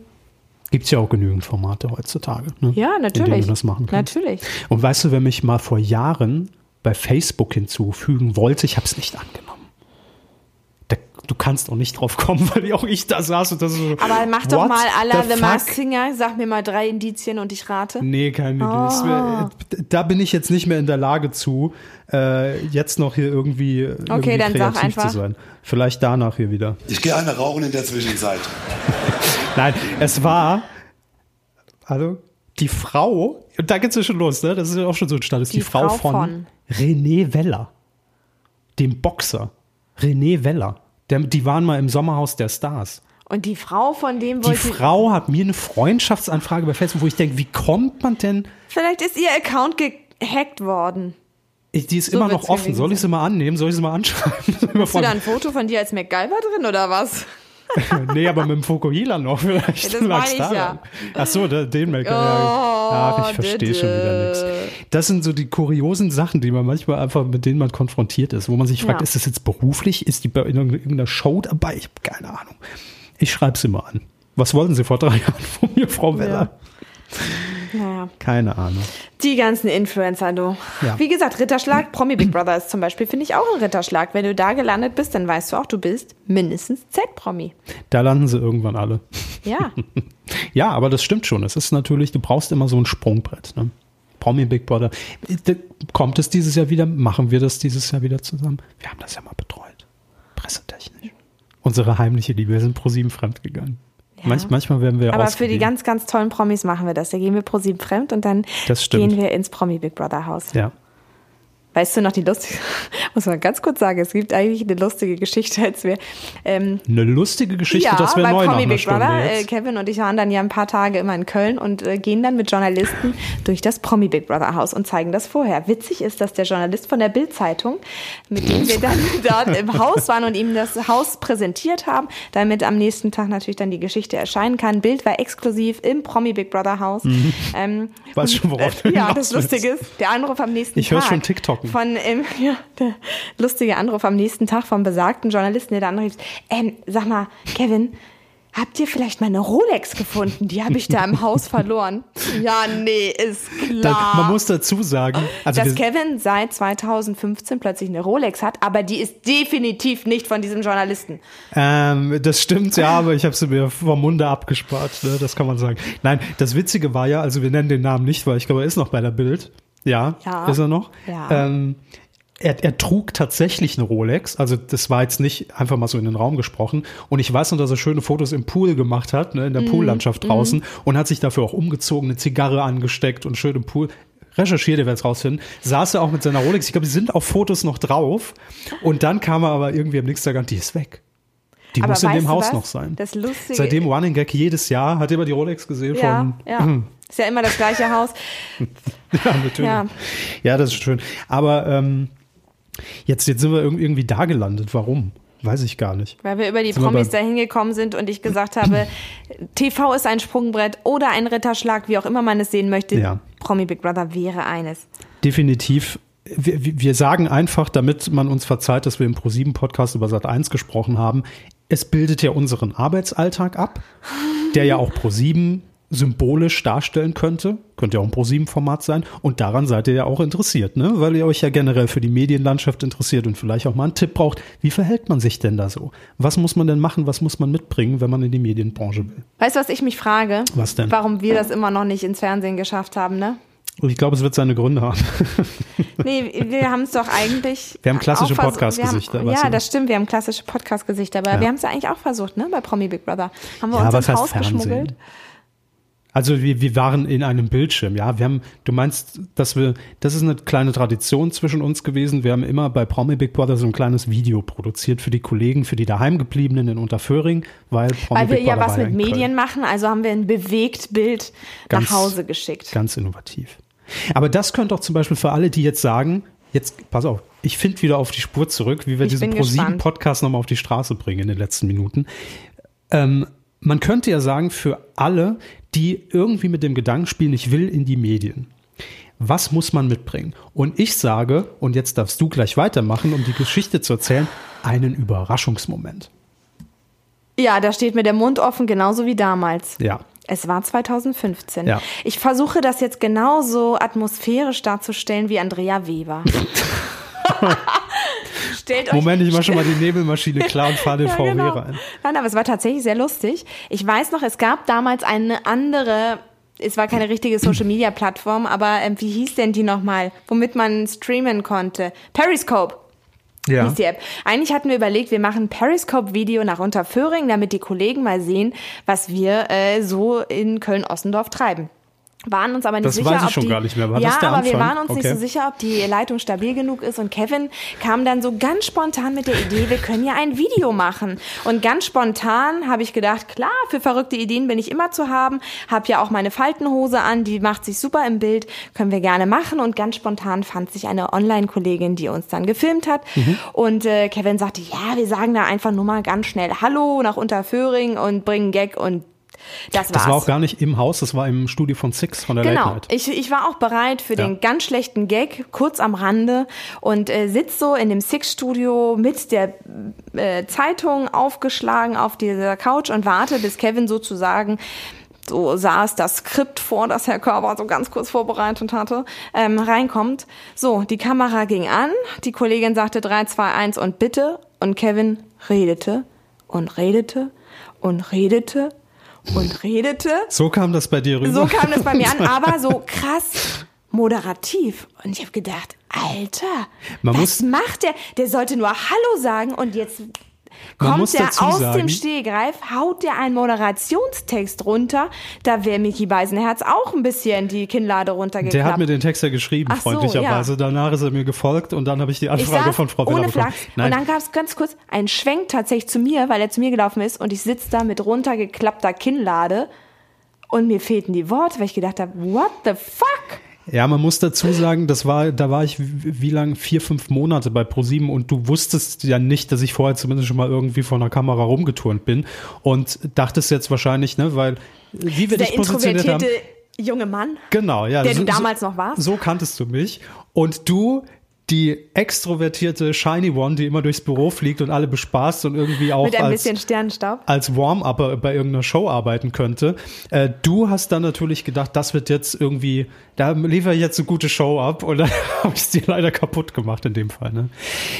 Gibt es ja auch genügend Formate heutzutage. Ne?
Ja,
In denen
natürlich.
du das machen kannst.
Natürlich.
Und weißt du, wer mich mal vor Jahren bei Facebook hinzufügen wollte, ich habe es nicht angenommen. Da, du kannst auch nicht drauf kommen, weil auch ich da saß und das so.
Aber mach doch
what
mal aller
the
The,
fuck?
Masked Singer, sag mir mal drei Indizien und ich rate.
Nee, keine Idee. Ist
Ah.
mir- äh, Da bin ich jetzt nicht mehr in der Lage zu, äh, jetzt noch hier irgendwie, äh, irgendwie
dann sag
kreativ
einfach.
zu sein. Vielleicht danach hier wieder.
Ich gehe eine rauchen in der Zwischenzeit.
Nein, es war. Hallo? Die Frau, und da geht's ja schon los, ne? Das ist ja auch schon so ein Status. Die,
Die
Frau,
Frau
von,
von-
René Weller, dem Boxer. René Weller. Der, die waren mal im Sommerhaus der Stars.
Und die Frau von dem
Die
wollte.
Frau hat mir eine Freundschaftsanfrage bei Facebook, wo ich denke, wie kommt man denn
vielleicht ist ihr Account gehackt worden.
Ich, die ist immer
wird's
noch offen.
gewesen
Soll ich sie mal annehmen? Soll ich sie mal anschreiben?
Hast du da ein Foto von dir als MacGyver drin oder was?
nee, aber mit dem Fokuhila noch vielleicht.
Ja, das
lag's
meine ich
daran.
ja. Oh,
Ach so, da, den Melker. ja. Ach, ich verstehe schon wieder nichts. Das sind so die kuriosen Sachen, die man manchmal einfach, mit denen man konfrontiert ist, wo man sich fragt,
Ja.
ist das jetzt beruflich? Ist die bei irgendeiner- irgendeiner Show dabei? Ich habe keine Ahnung. Ich schreibe sie mal an. Was wollen Sie vor drei Jahren von mir, Frau Weller?
Naja.
Keine Ahnung.
Die ganzen Influencer, du.
Ja.
Wie gesagt, Ritterschlag, Promi Big Brother ist zum Beispiel, finde ich auch ein Ritterschlag. Wenn du da gelandet bist, dann weißt du auch, du bist mindestens Z-Promi.
Da landen sie irgendwann alle.
Ja.
Ja, aber das stimmt schon. Es ist natürlich, du brauchst immer so ein Sprungbrett. Ne? Promi Big Brother. Da kommt es dieses Jahr wieder? Machen wir das dieses Jahr wieder zusammen? Wir haben das ja mal betreut. Pressetechnisch. Unsere heimliche Liebe. Wir sind pro sieben fremdgegangen. Manch, manchmal werden wir
Aber für die
ausgegeben.
ganz, ganz tollen Promis machen wir das. Da gehen wir pro sieben fremd und dann
Das stimmt.
gehen wir ins Promi Big Brother Haus.
Ja.
Weißt du noch die lustige, muss man ganz kurz sagen, es gibt eigentlich eine lustige Geschichte, als wir ähm,
Eine lustige Geschichte,
ja,
das wäre
bei
neu nach
Promi
einer
Big
Stunde
Brother, äh,
jetzt.
Kevin und ich waren dann ja ein paar Tage immer in Köln und äh, gehen dann mit Journalisten durch das Promi Big Brother Haus und zeigen das vorher. Witzig ist, dass der Journalist von der Bild Zeitung, mit dem wir dann dort im Haus waren und ihm das Haus präsentiert haben, damit am nächsten Tag natürlich dann die Geschichte erscheinen kann. Bild war exklusiv im Promi Big Brother Haus. Ähm,
Weiß schon, worauf Mhm. du
ja,
hinaus
das
willst.
Lustige ist, der Anruf am nächsten
Ich
Tag.
hör's schon TikToken.
Von, ähm, ja, der lustige Anruf am nächsten Tag vom besagten Journalisten, der da anrief, ähm, sag mal, Kevin, habt ihr vielleicht meine Rolex gefunden? Die habe ich da im Haus verloren. Ja, nee, ist
Da,
klar.
Man muss dazu sagen, also
dass
wir,
Kevin seit 2015 plötzlich eine Rolex hat, aber die ist definitiv nicht von diesem Journalisten.
Ähm, das stimmt, ja, aber ich habe sie mir vom Munde abgespart, ne? das kann man sagen. Nein, das Witzige war ja, also wir nennen den Namen nicht, weil ich glaube, er ist noch bei der Bild. Ja,
Ja.
ist er noch?
Ja.
Ähm, er, er trug tatsächlich eine Rolex, also das war jetzt nicht einfach mal so in den Raum gesprochen. Und ich weiß noch, dass er schöne Fotos im Pool gemacht hat, ne,
Mhm,
in der Poollandschaft draußen und hat sich dafür auch umgezogen, eine Zigarre angesteckt und schön im Pool. Recherchiert, ihr werdet es rausfinden. Saß er auch mit seiner Rolex. Ich glaube, die sind auf Fotos noch drauf. Und dann kam er aber irgendwie am nächsten Tag an, die ist weg. Die
Aber
muss in
weißt
dem
du
Haus
was?
noch sein.
Das Lustige-
Seitdem Running Gag jedes Jahr hat immer die Rolex gesehen
Ja,
von.
ja. Ist ja immer das gleiche Haus.
Ja, natürlich. Ja.
Ja.
das ist schön. Aber ähm, jetzt, jetzt sind wir irg- irgendwie da gelandet. Warum? Weiß ich gar nicht.
Weil wir über die
Sind wir
Promis
bei-
dahin gekommen sind und ich gesagt habe, TV ist ein Sprungbrett oder ein Ritterschlag, wie auch immer man es sehen möchte.
Ja.
Promi Big Brother wäre eines.
Definitiv. Wir, wir wir sagen einfach, damit man uns verzeiht, dass wir im Pro7-Podcast über Sat 1 gesprochen haben, es bildet ja unseren Arbeitsalltag ab, der ja auch Pro7 symbolisch darstellen könnte. Könnte ja auch ein Pro7-Format sein. Und daran seid ihr ja auch interessiert, ne? Weil ihr euch ja generell für die Medienlandschaft interessiert und vielleicht auch mal einen Tipp braucht. Wie verhält man sich denn da so? Was muss man denn machen? Was muss man mitbringen, wenn man in die Medienbranche will?
Weißt du, was ich mich frage?
Was denn?
Warum wir das immer noch nicht ins Fernsehen geschafft haben, ne?
Und ich glaube, es wird seine Gründe haben.
Nee, wir haben es doch eigentlich.
Wir haben klassische
auch versucht-
Podcast-Gesichter,
wir haben-
weißt
Ja,
du?
das stimmt, wir haben klassische Podcast-Gesichter, aber
Ja.
wir haben es ja eigentlich auch versucht, ne? Bei Promi Big Brother. Haben wir
Ja,
uns ins
was heißt
Haus geschmuggelt?
Fernsehen? Also wir, wir waren in einem Bildschirm, ja. Wir haben, du meinst, dass wir, das ist eine kleine Tradition zwischen uns gewesen. Wir haben immer bei Promi Big Brother so ein kleines Video produziert für die Kollegen, für die daheimgebliebenen in Unterföhring, weil Promi
Weil
Big
wir ja
Brother
was
war
mit
in Köln.
Medien machen, also haben wir ein bewegt Bild
Ganz-
nach Hause geschickt.
Ganz innovativ. Aber das könnte auch zum Beispiel für alle, die jetzt sagen, jetzt, pass auf, ich finde wieder auf die Spur zurück, wie wir
Ich
diesen
bin gespannt.
ProSieben-Podcast nochmal auf die Straße bringen in den letzten Minuten. Ähm, man könnte ja sagen, für alle, die irgendwie mit dem Gedanken spielen, ich will in die Medien. Was muss man mitbringen? Und ich sage, und jetzt darfst du gleich weitermachen, um die Geschichte zu erzählen, einen Überraschungsmoment.
Ja, da steht mir der Mund offen, genauso wie damals.
Ja.
Es war 2015.
Ja.
Ich versuche das jetzt genauso atmosphärisch darzustellen wie Andrea Weber. Stellt euch
Moment, ich mache schon mal die Nebelmaschine klar und fahre den VW
genau.
rein.
Nein, aber es war tatsächlich sehr lustig. Ich weiß noch, es gab damals eine andere, es war keine richtige Social-Media-Plattform, aber ähm, wie hieß denn die nochmal, womit man streamen konnte? Periscope.
Ja.
Hieß die App. Eigentlich hatten wir überlegt, wir machen ein Periscope-Video nach Unterföhring, damit die Kollegen mal sehen, was wir äh, so in Köln-Ossendorf treiben. Waren uns aber nicht
Das
sicher,
weiß ich
ob
schon
die,
gar nicht mehr. War
ja,
das der
aber wir
Anfang?
waren uns nicht
Okay.
so sicher, ob die Leitung stabil genug ist. Und Kevin kam dann so ganz spontan mit der Idee, wir können ja ein Video machen. Und ganz spontan habe ich gedacht, klar, für verrückte Ideen bin ich immer zu haben. Hab ja auch meine Faltenhose an, die macht sich super im Bild, können wir gerne machen. Und ganz spontan fand sich eine Online-Kollegin, die uns dann gefilmt hat.
Mhm.
Und äh, Kevin sagte, ja, wir sagen da einfach nur mal ganz schnell Hallo nach Unterföhring und bringen Gag und das war's.
Das war auch gar nicht im Haus, das war im Studio von Six von der Late
Genau,
Night.
ich, ich war auch bereit für
Ja.
den ganz schlechten Gag, kurz am Rande und äh, sitz so in dem Six-Studio mit der äh, Zeitung aufgeschlagen auf dieser Couch und warte, bis Kevin sozusagen so saß das Skript vor, das Herr Körber so ganz kurz vorbereitet hatte, ähm, reinkommt. So, die Kamera ging an, die Kollegin sagte 3, 2, 1 und bitte. Und Kevin redete und redete und redete und redete.
So kam das bei dir rüber.
So kam das bei mir an, aber so krass moderativ. Und ich habe gedacht, Alter,
Man
was
muss-
macht der? Der sollte nur Hallo sagen und jetzt kommt
muss
der
dazu
aus
sagen-
dem Stehgreif, haut der einen Moderationstext runter. Da wäre Mickey Beisenherz auch ein bisschen die Kinnlade runtergeklappt.
Der hat mir den Text ja geschrieben,
Ach so,
freundlicherweise.
ja.
Danach ist er mir gefolgt und dann habe ich die
ich
Anfrage
saß
von Frau Willer
ohne
bekommen.
Flachs. Und dann gab es ganz kurz einen Schwenk tatsächlich zu mir, weil er zu mir gelaufen ist und ich sitze da mit runtergeklappter Kinnlade und mir fehlten die Worte, weil ich gedacht habe, what the fuck?
Ja, man muss dazu sagen, das war, da war ich wie, wie lang? Vier, fünf Monate bei ProSieben und du wusstest ja nicht, dass ich vorher zumindest schon mal irgendwie vor einer Kamera rumgeturnt bin und dachtest jetzt wahrscheinlich, ne, weil wie wir
Der
dich positioniert haben.
introvertierte junge Mann.
Genau, ja.
der du damals noch warst.
So kanntest du mich. Und du, die extrovertierte Shiny One, die immer durchs Büro fliegt und alle bespaßt und irgendwie auch
Mit ein
als, Ah,
bisschen Sternenstaub.
als Warm-Upper bei irgendeiner Show arbeiten könnte. Äh, du hast dann natürlich gedacht, das wird jetzt irgendwie, da liefere ich jetzt eine gute Show ab und dann habe ich es dir leider kaputt gemacht in dem Fall. Ne?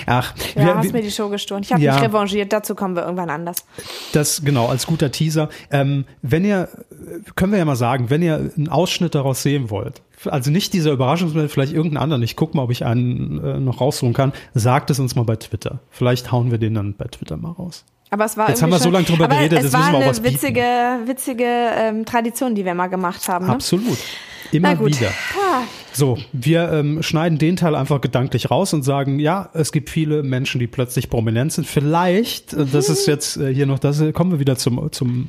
Ach,
Ja,
wir-
hast
wir-
mir die Show gestohlen. Ich habe
Ja.
mich revanchiert. Dazu kommen wir irgendwann anders.
Das genau als guter Teaser. Ähm, wenn ihr, äh, können wir ja mal sagen, wenn ihr einen Ausschnitt daraus sehen wollt, also nicht dieser Überraschungsmoment, vielleicht irgendeinen anderen. Ich guck mal, ob ich einen äh, noch raussuchen kann. Sagt es uns mal bei Twitter. Vielleicht hauen wir den dann bei Twitter mal raus.
Aber es war
Jetzt
irgendwie
haben wir so
schon-
lange drüber
aber
geredet,
Es
jetzt
war
müssen wir auch
eine
was bieten.
witzige, witzige ähm, Tradition, die wir mal gemacht haben. Ne?
Absolut.
Na
Immer
gut.
wieder.
Ah,
So, wir ähm, schneiden den Teil einfach gedanklich raus und sagen, ja, es gibt viele Menschen, die plötzlich prominent sind. Vielleicht, äh, das ist jetzt äh, hier noch, das kommen wir wieder zum, zum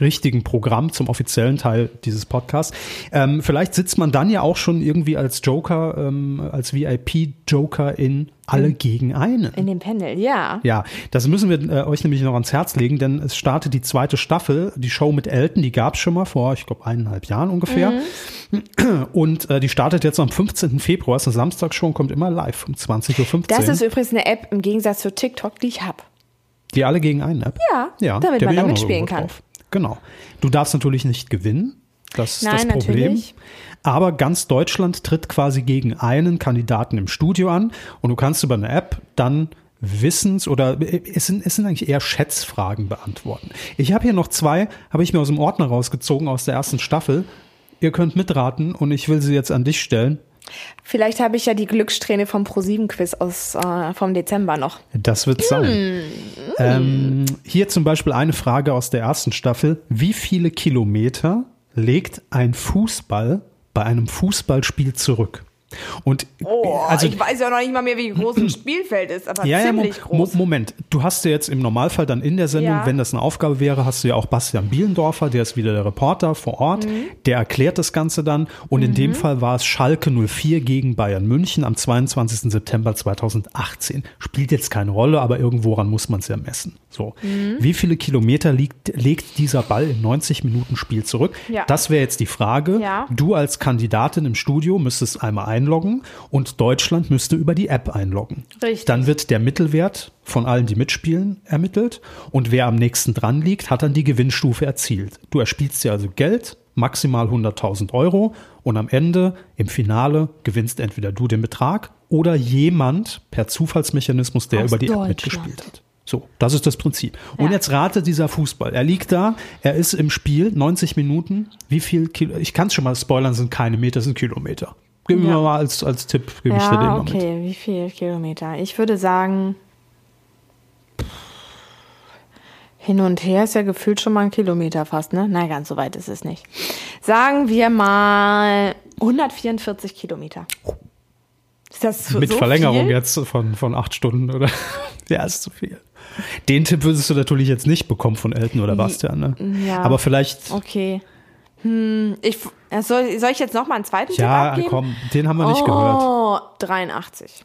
richtigen Programm, zum offiziellen Teil dieses Podcasts. Ähm, vielleicht sitzt man dann ja auch schon irgendwie als Joker, ähm, als VIP-Joker in alle gegen einen.
in dem Panel, ja.
Ja, das müssen wir äh, euch nämlich noch ans Herz legen, denn es startet die zweite Staffel, die Show mit Elton, die gab's schon mal vor, ich glaube, eineinhalb Jahren ungefähr.
Mhm.
Und äh, die startet jetzt am 15. Februar, ist eine Samstagsshow und kommt immer live um 20.15 Uhr.
Das ist übrigens eine App im Gegensatz zu TikTok, die ich habe.
die alle gegen einen App.
Ja,
ja
damit
der
man
will ich
da
auch noch
mitspielen
irgendwo
kann.
Genau. Du darfst natürlich nicht gewinnen. Das ist
Nein,
das Problem.
natürlich.
Aber ganz Deutschland tritt quasi gegen einen Kandidaten im Studio an und du kannst über eine App dann Wissens- oder äh, es sind, es sind eigentlich eher Schätzfragen beantworten. Ich habe hier noch zwei, habe ich mir aus dem Ordner rausgezogen aus der ersten Staffel. Ihr könnt mitraten und ich will sie jetzt an dich stellen.
Vielleicht habe ich ja die Glückssträhne vom Pro7-Quiz aus äh, vom Dezember noch.
Das wird sein. Ähm, hier zum Beispiel eine Frage aus der ersten Staffel. Wie viele Kilometer legt ein Fußball bei einem Fußballspiel zurück? Und
Oh,
also
ich weiß ja noch nicht mal mehr, wie groß ein Spielfeld ist, aber
ja, ja, Mo
ziemlich
Mo
groß.
Moment. Du hast ja jetzt im Normalfall dann in der Sendung,
Ja.
wenn das eine Aufgabe wäre, hast du ja auch Bastian Bielendorfer, der ist wieder der Reporter vor Ort,
Mhm.
der erklärt das Ganze dann. Und in dem Fall war es Schalke 04 gegen Bayern München am 22. September 2018. Spielt jetzt keine Rolle, aber irgendworan muss man es ja messen. So.
Mhm.
Wie viele Kilometer liegt, legt dieser Ball in 90 Minuten Spiel zurück?
Ja.
Das wäre jetzt die Frage.
Ja.
Du als Kandidatin im Studio müsstest einmal einloggen und Deutschland müsste über die App einloggen.
Richtig.
Dann wird der Mittelwert von allen, die mitspielen, ermittelt und wer am nächsten dran liegt, hat dann die Gewinnstufe erzielt. Du erspielst dir also Geld, maximal 100.000 Euro und am Ende, im Finale, gewinnst entweder du den Betrag oder jemand per Zufallsmechanismus, der
Aus
über die App
Deutschland.
mitgespielt hat. So, das ist das Prinzip. Und
Ja.
jetzt rate dieser Fußball. Er liegt da, er ist im Spiel, 90 Minuten. Wie viel Kilo? Ich kann es schon mal spoilern, sind keine Meter, sind Kilometer. Geben wir
Ja.
mal als, als Tipp, gebe ich dir den
ja,
mal mit.
okay, wie viel Kilometer? Ich würde sagen, hin und her ist ja gefühlt schon mal ein Kilometer fast, ne? Nein, ganz so weit ist es nicht. Sagen wir mal 144 Kilometer. Ist das so
Mit
so
Verlängerung
viel?
jetzt von, von acht Stunden, oder? ja, ist zu viel. Den Tipp würdest du natürlich jetzt nicht bekommen von Elton oder Bastian, ne?
ja.
Aber vielleicht,
Okay. Hm, ich, äh, soll, soll ich jetzt noch mal einen zweiten Tipp
ja,
abgeben?
komm, den haben wir nicht gehört.
oh, 83.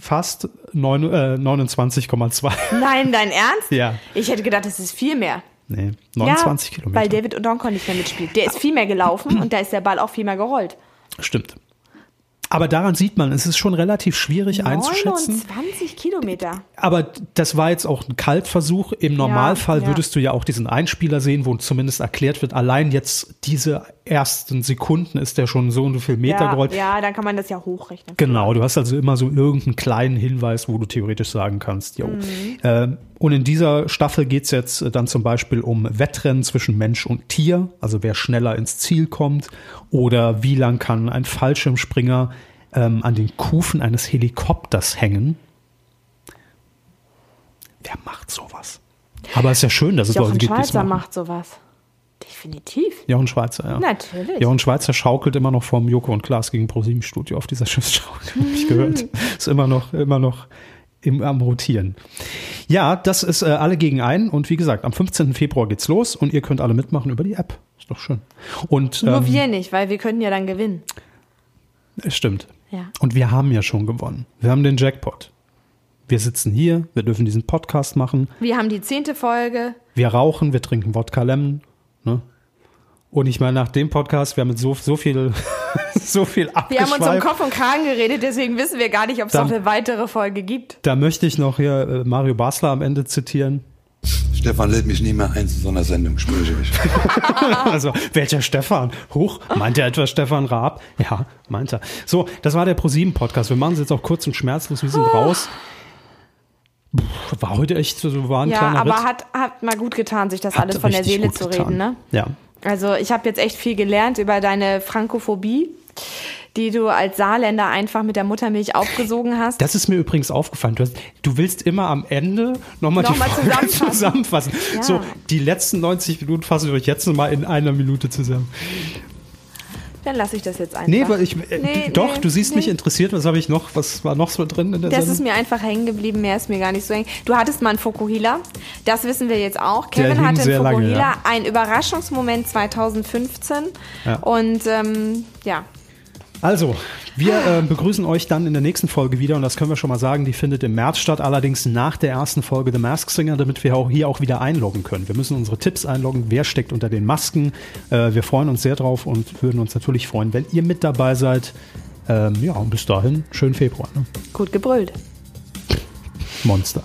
Fast neun- äh, 29,2.
Nein, dein Ernst?
Ja.
Ich hätte gedacht, es ist viel mehr.
nee, 29
ja,
Kilometer.
Weil David O'Donkor nicht mehr mitspielt. Der ist viel mehr gelaufen und da ist der Ball auch viel mehr gerollt.
Stimmt. Aber daran sieht man, es ist schon relativ schwierig einzuschätzen.
29 Kilometer.
Aber das war jetzt auch ein Kaltversuch. Im Normalfall
ja.
würdest du ja auch diesen Einspieler sehen, wo zumindest erklärt wird, allein jetzt diese ersten Sekunden ist der schon so und so viel Meter
Ja,
gerollt.
ja, dann kann man das ja hochrechnen.
Genau, du hast also immer so irgendeinen kleinen Hinweis, wo du theoretisch sagen kannst, jo. Ähm, und in dieser Staffel geht's jetzt äh, dann zum Beispiel um Wettrennen zwischen Mensch und Tier, also wer schneller ins Ziel kommt oder wie lang kann ein Fallschirmspringer ähm, an den Kufen eines Helikopters hängen. Wer macht sowas? Aber es ist ja schön, dass es Leute
Jochen
gibt, die es
Schweizer
machen.
macht sowas. Definitiv.
Jochen Schweizer, ja.
Natürlich.
Jochen Schweizer schaukelt immer noch vom Joko und Klaas gegen ProSieben Studio auf dieser Schiffsschaukel, habe ich gehört.
Mhm.
Ist immer noch, immer noch im, am Rotieren. Ja, das ist äh, alle gegen einen und wie gesagt, am 15. Februar geht's los und ihr könnt alle mitmachen über die App. Ist doch schön. Und
Nur
ähm,
wir nicht, weil wir könnten ja dann gewinnen.
es stimmt.
Ja.
Und wir haben ja schon gewonnen. Wir haben den Jackpot. Wir sitzen hier, wir dürfen diesen Podcast machen,
Wir haben die zehnte Folge.
wir rauchen, wir trinken Wodka Lemon. Ne? Und ich meine, nach dem Podcast, wir haben jetzt so, so viel, so viel abgeschweift.
Wir haben uns um Kopf und Kragen geredet, deswegen wissen wir gar nicht, ob es
Dann-
noch eine weitere Folge gibt.
Da möchte ich noch hier äh, Mario Basler am Ende zitieren.
Stefan lädt mich nie mehr ein zu so einer Sendung, spüre ich euch.
Ah.
Also, welcher Stefan? Hoch, meint er etwa Stefan Raab? Ja, meint er. So, das war der ProSieben-Podcast. Wir machen es jetzt auch kurz und schmerzlos. Wir sind raus. Puh, war heute echt so, war ein
Ja,
kleiner
aber
Ritt.
hat, hat mal gut getan, sich das alles
Hat
von der
richtig
Seele
gut
zu
getan.
reden, ne?
Ja.
Also ich habe jetzt echt viel gelernt über deine Frankophobie, die du als Saarländer einfach mit der Muttermilch aufgesogen hast.
Das ist mir übrigens aufgefallen. Du, hast, du willst immer am Ende nochmal noch die
Nochmal
Folge zusammenfassen.
zusammenfassen. Ja.
So, die letzten 90 Minuten fassen wir euch jetzt nochmal in einer Minute zusammen.
Dann lasse ich das jetzt einfach.
Nee, weil ich, äh,
Nee,
du- doch,
nee,
du siehst
nee.
mich interessiert. Was habe ich noch? Was war noch so drin in der
Das
Sendung?
ist mir einfach hängen geblieben, mehr ist mir gar nicht so hängen. Du hattest mal einen Fokuhila, das wissen wir jetzt auch.
Der
Kevin
hing
hatte
sehr
einen
lange,
Fokuhila,
ja.
ein Überraschungsmoment 2015.
Ja.
Und ähm, ja,
Also, wir äh, begrüßen euch dann in der nächsten Folge wieder und das können wir schon mal sagen, die findet im März statt, allerdings nach der ersten Folge The Mask Singer, damit wir auch hier auch wieder einloggen können. Wir müssen unsere Tipps einloggen, wer steckt unter den Masken. Äh, wir freuen uns sehr drauf und würden uns natürlich freuen, wenn ihr mit dabei seid. Ähm, ja, und bis dahin, schönen Februar. Ne?
gut gebrüllt.
Monster.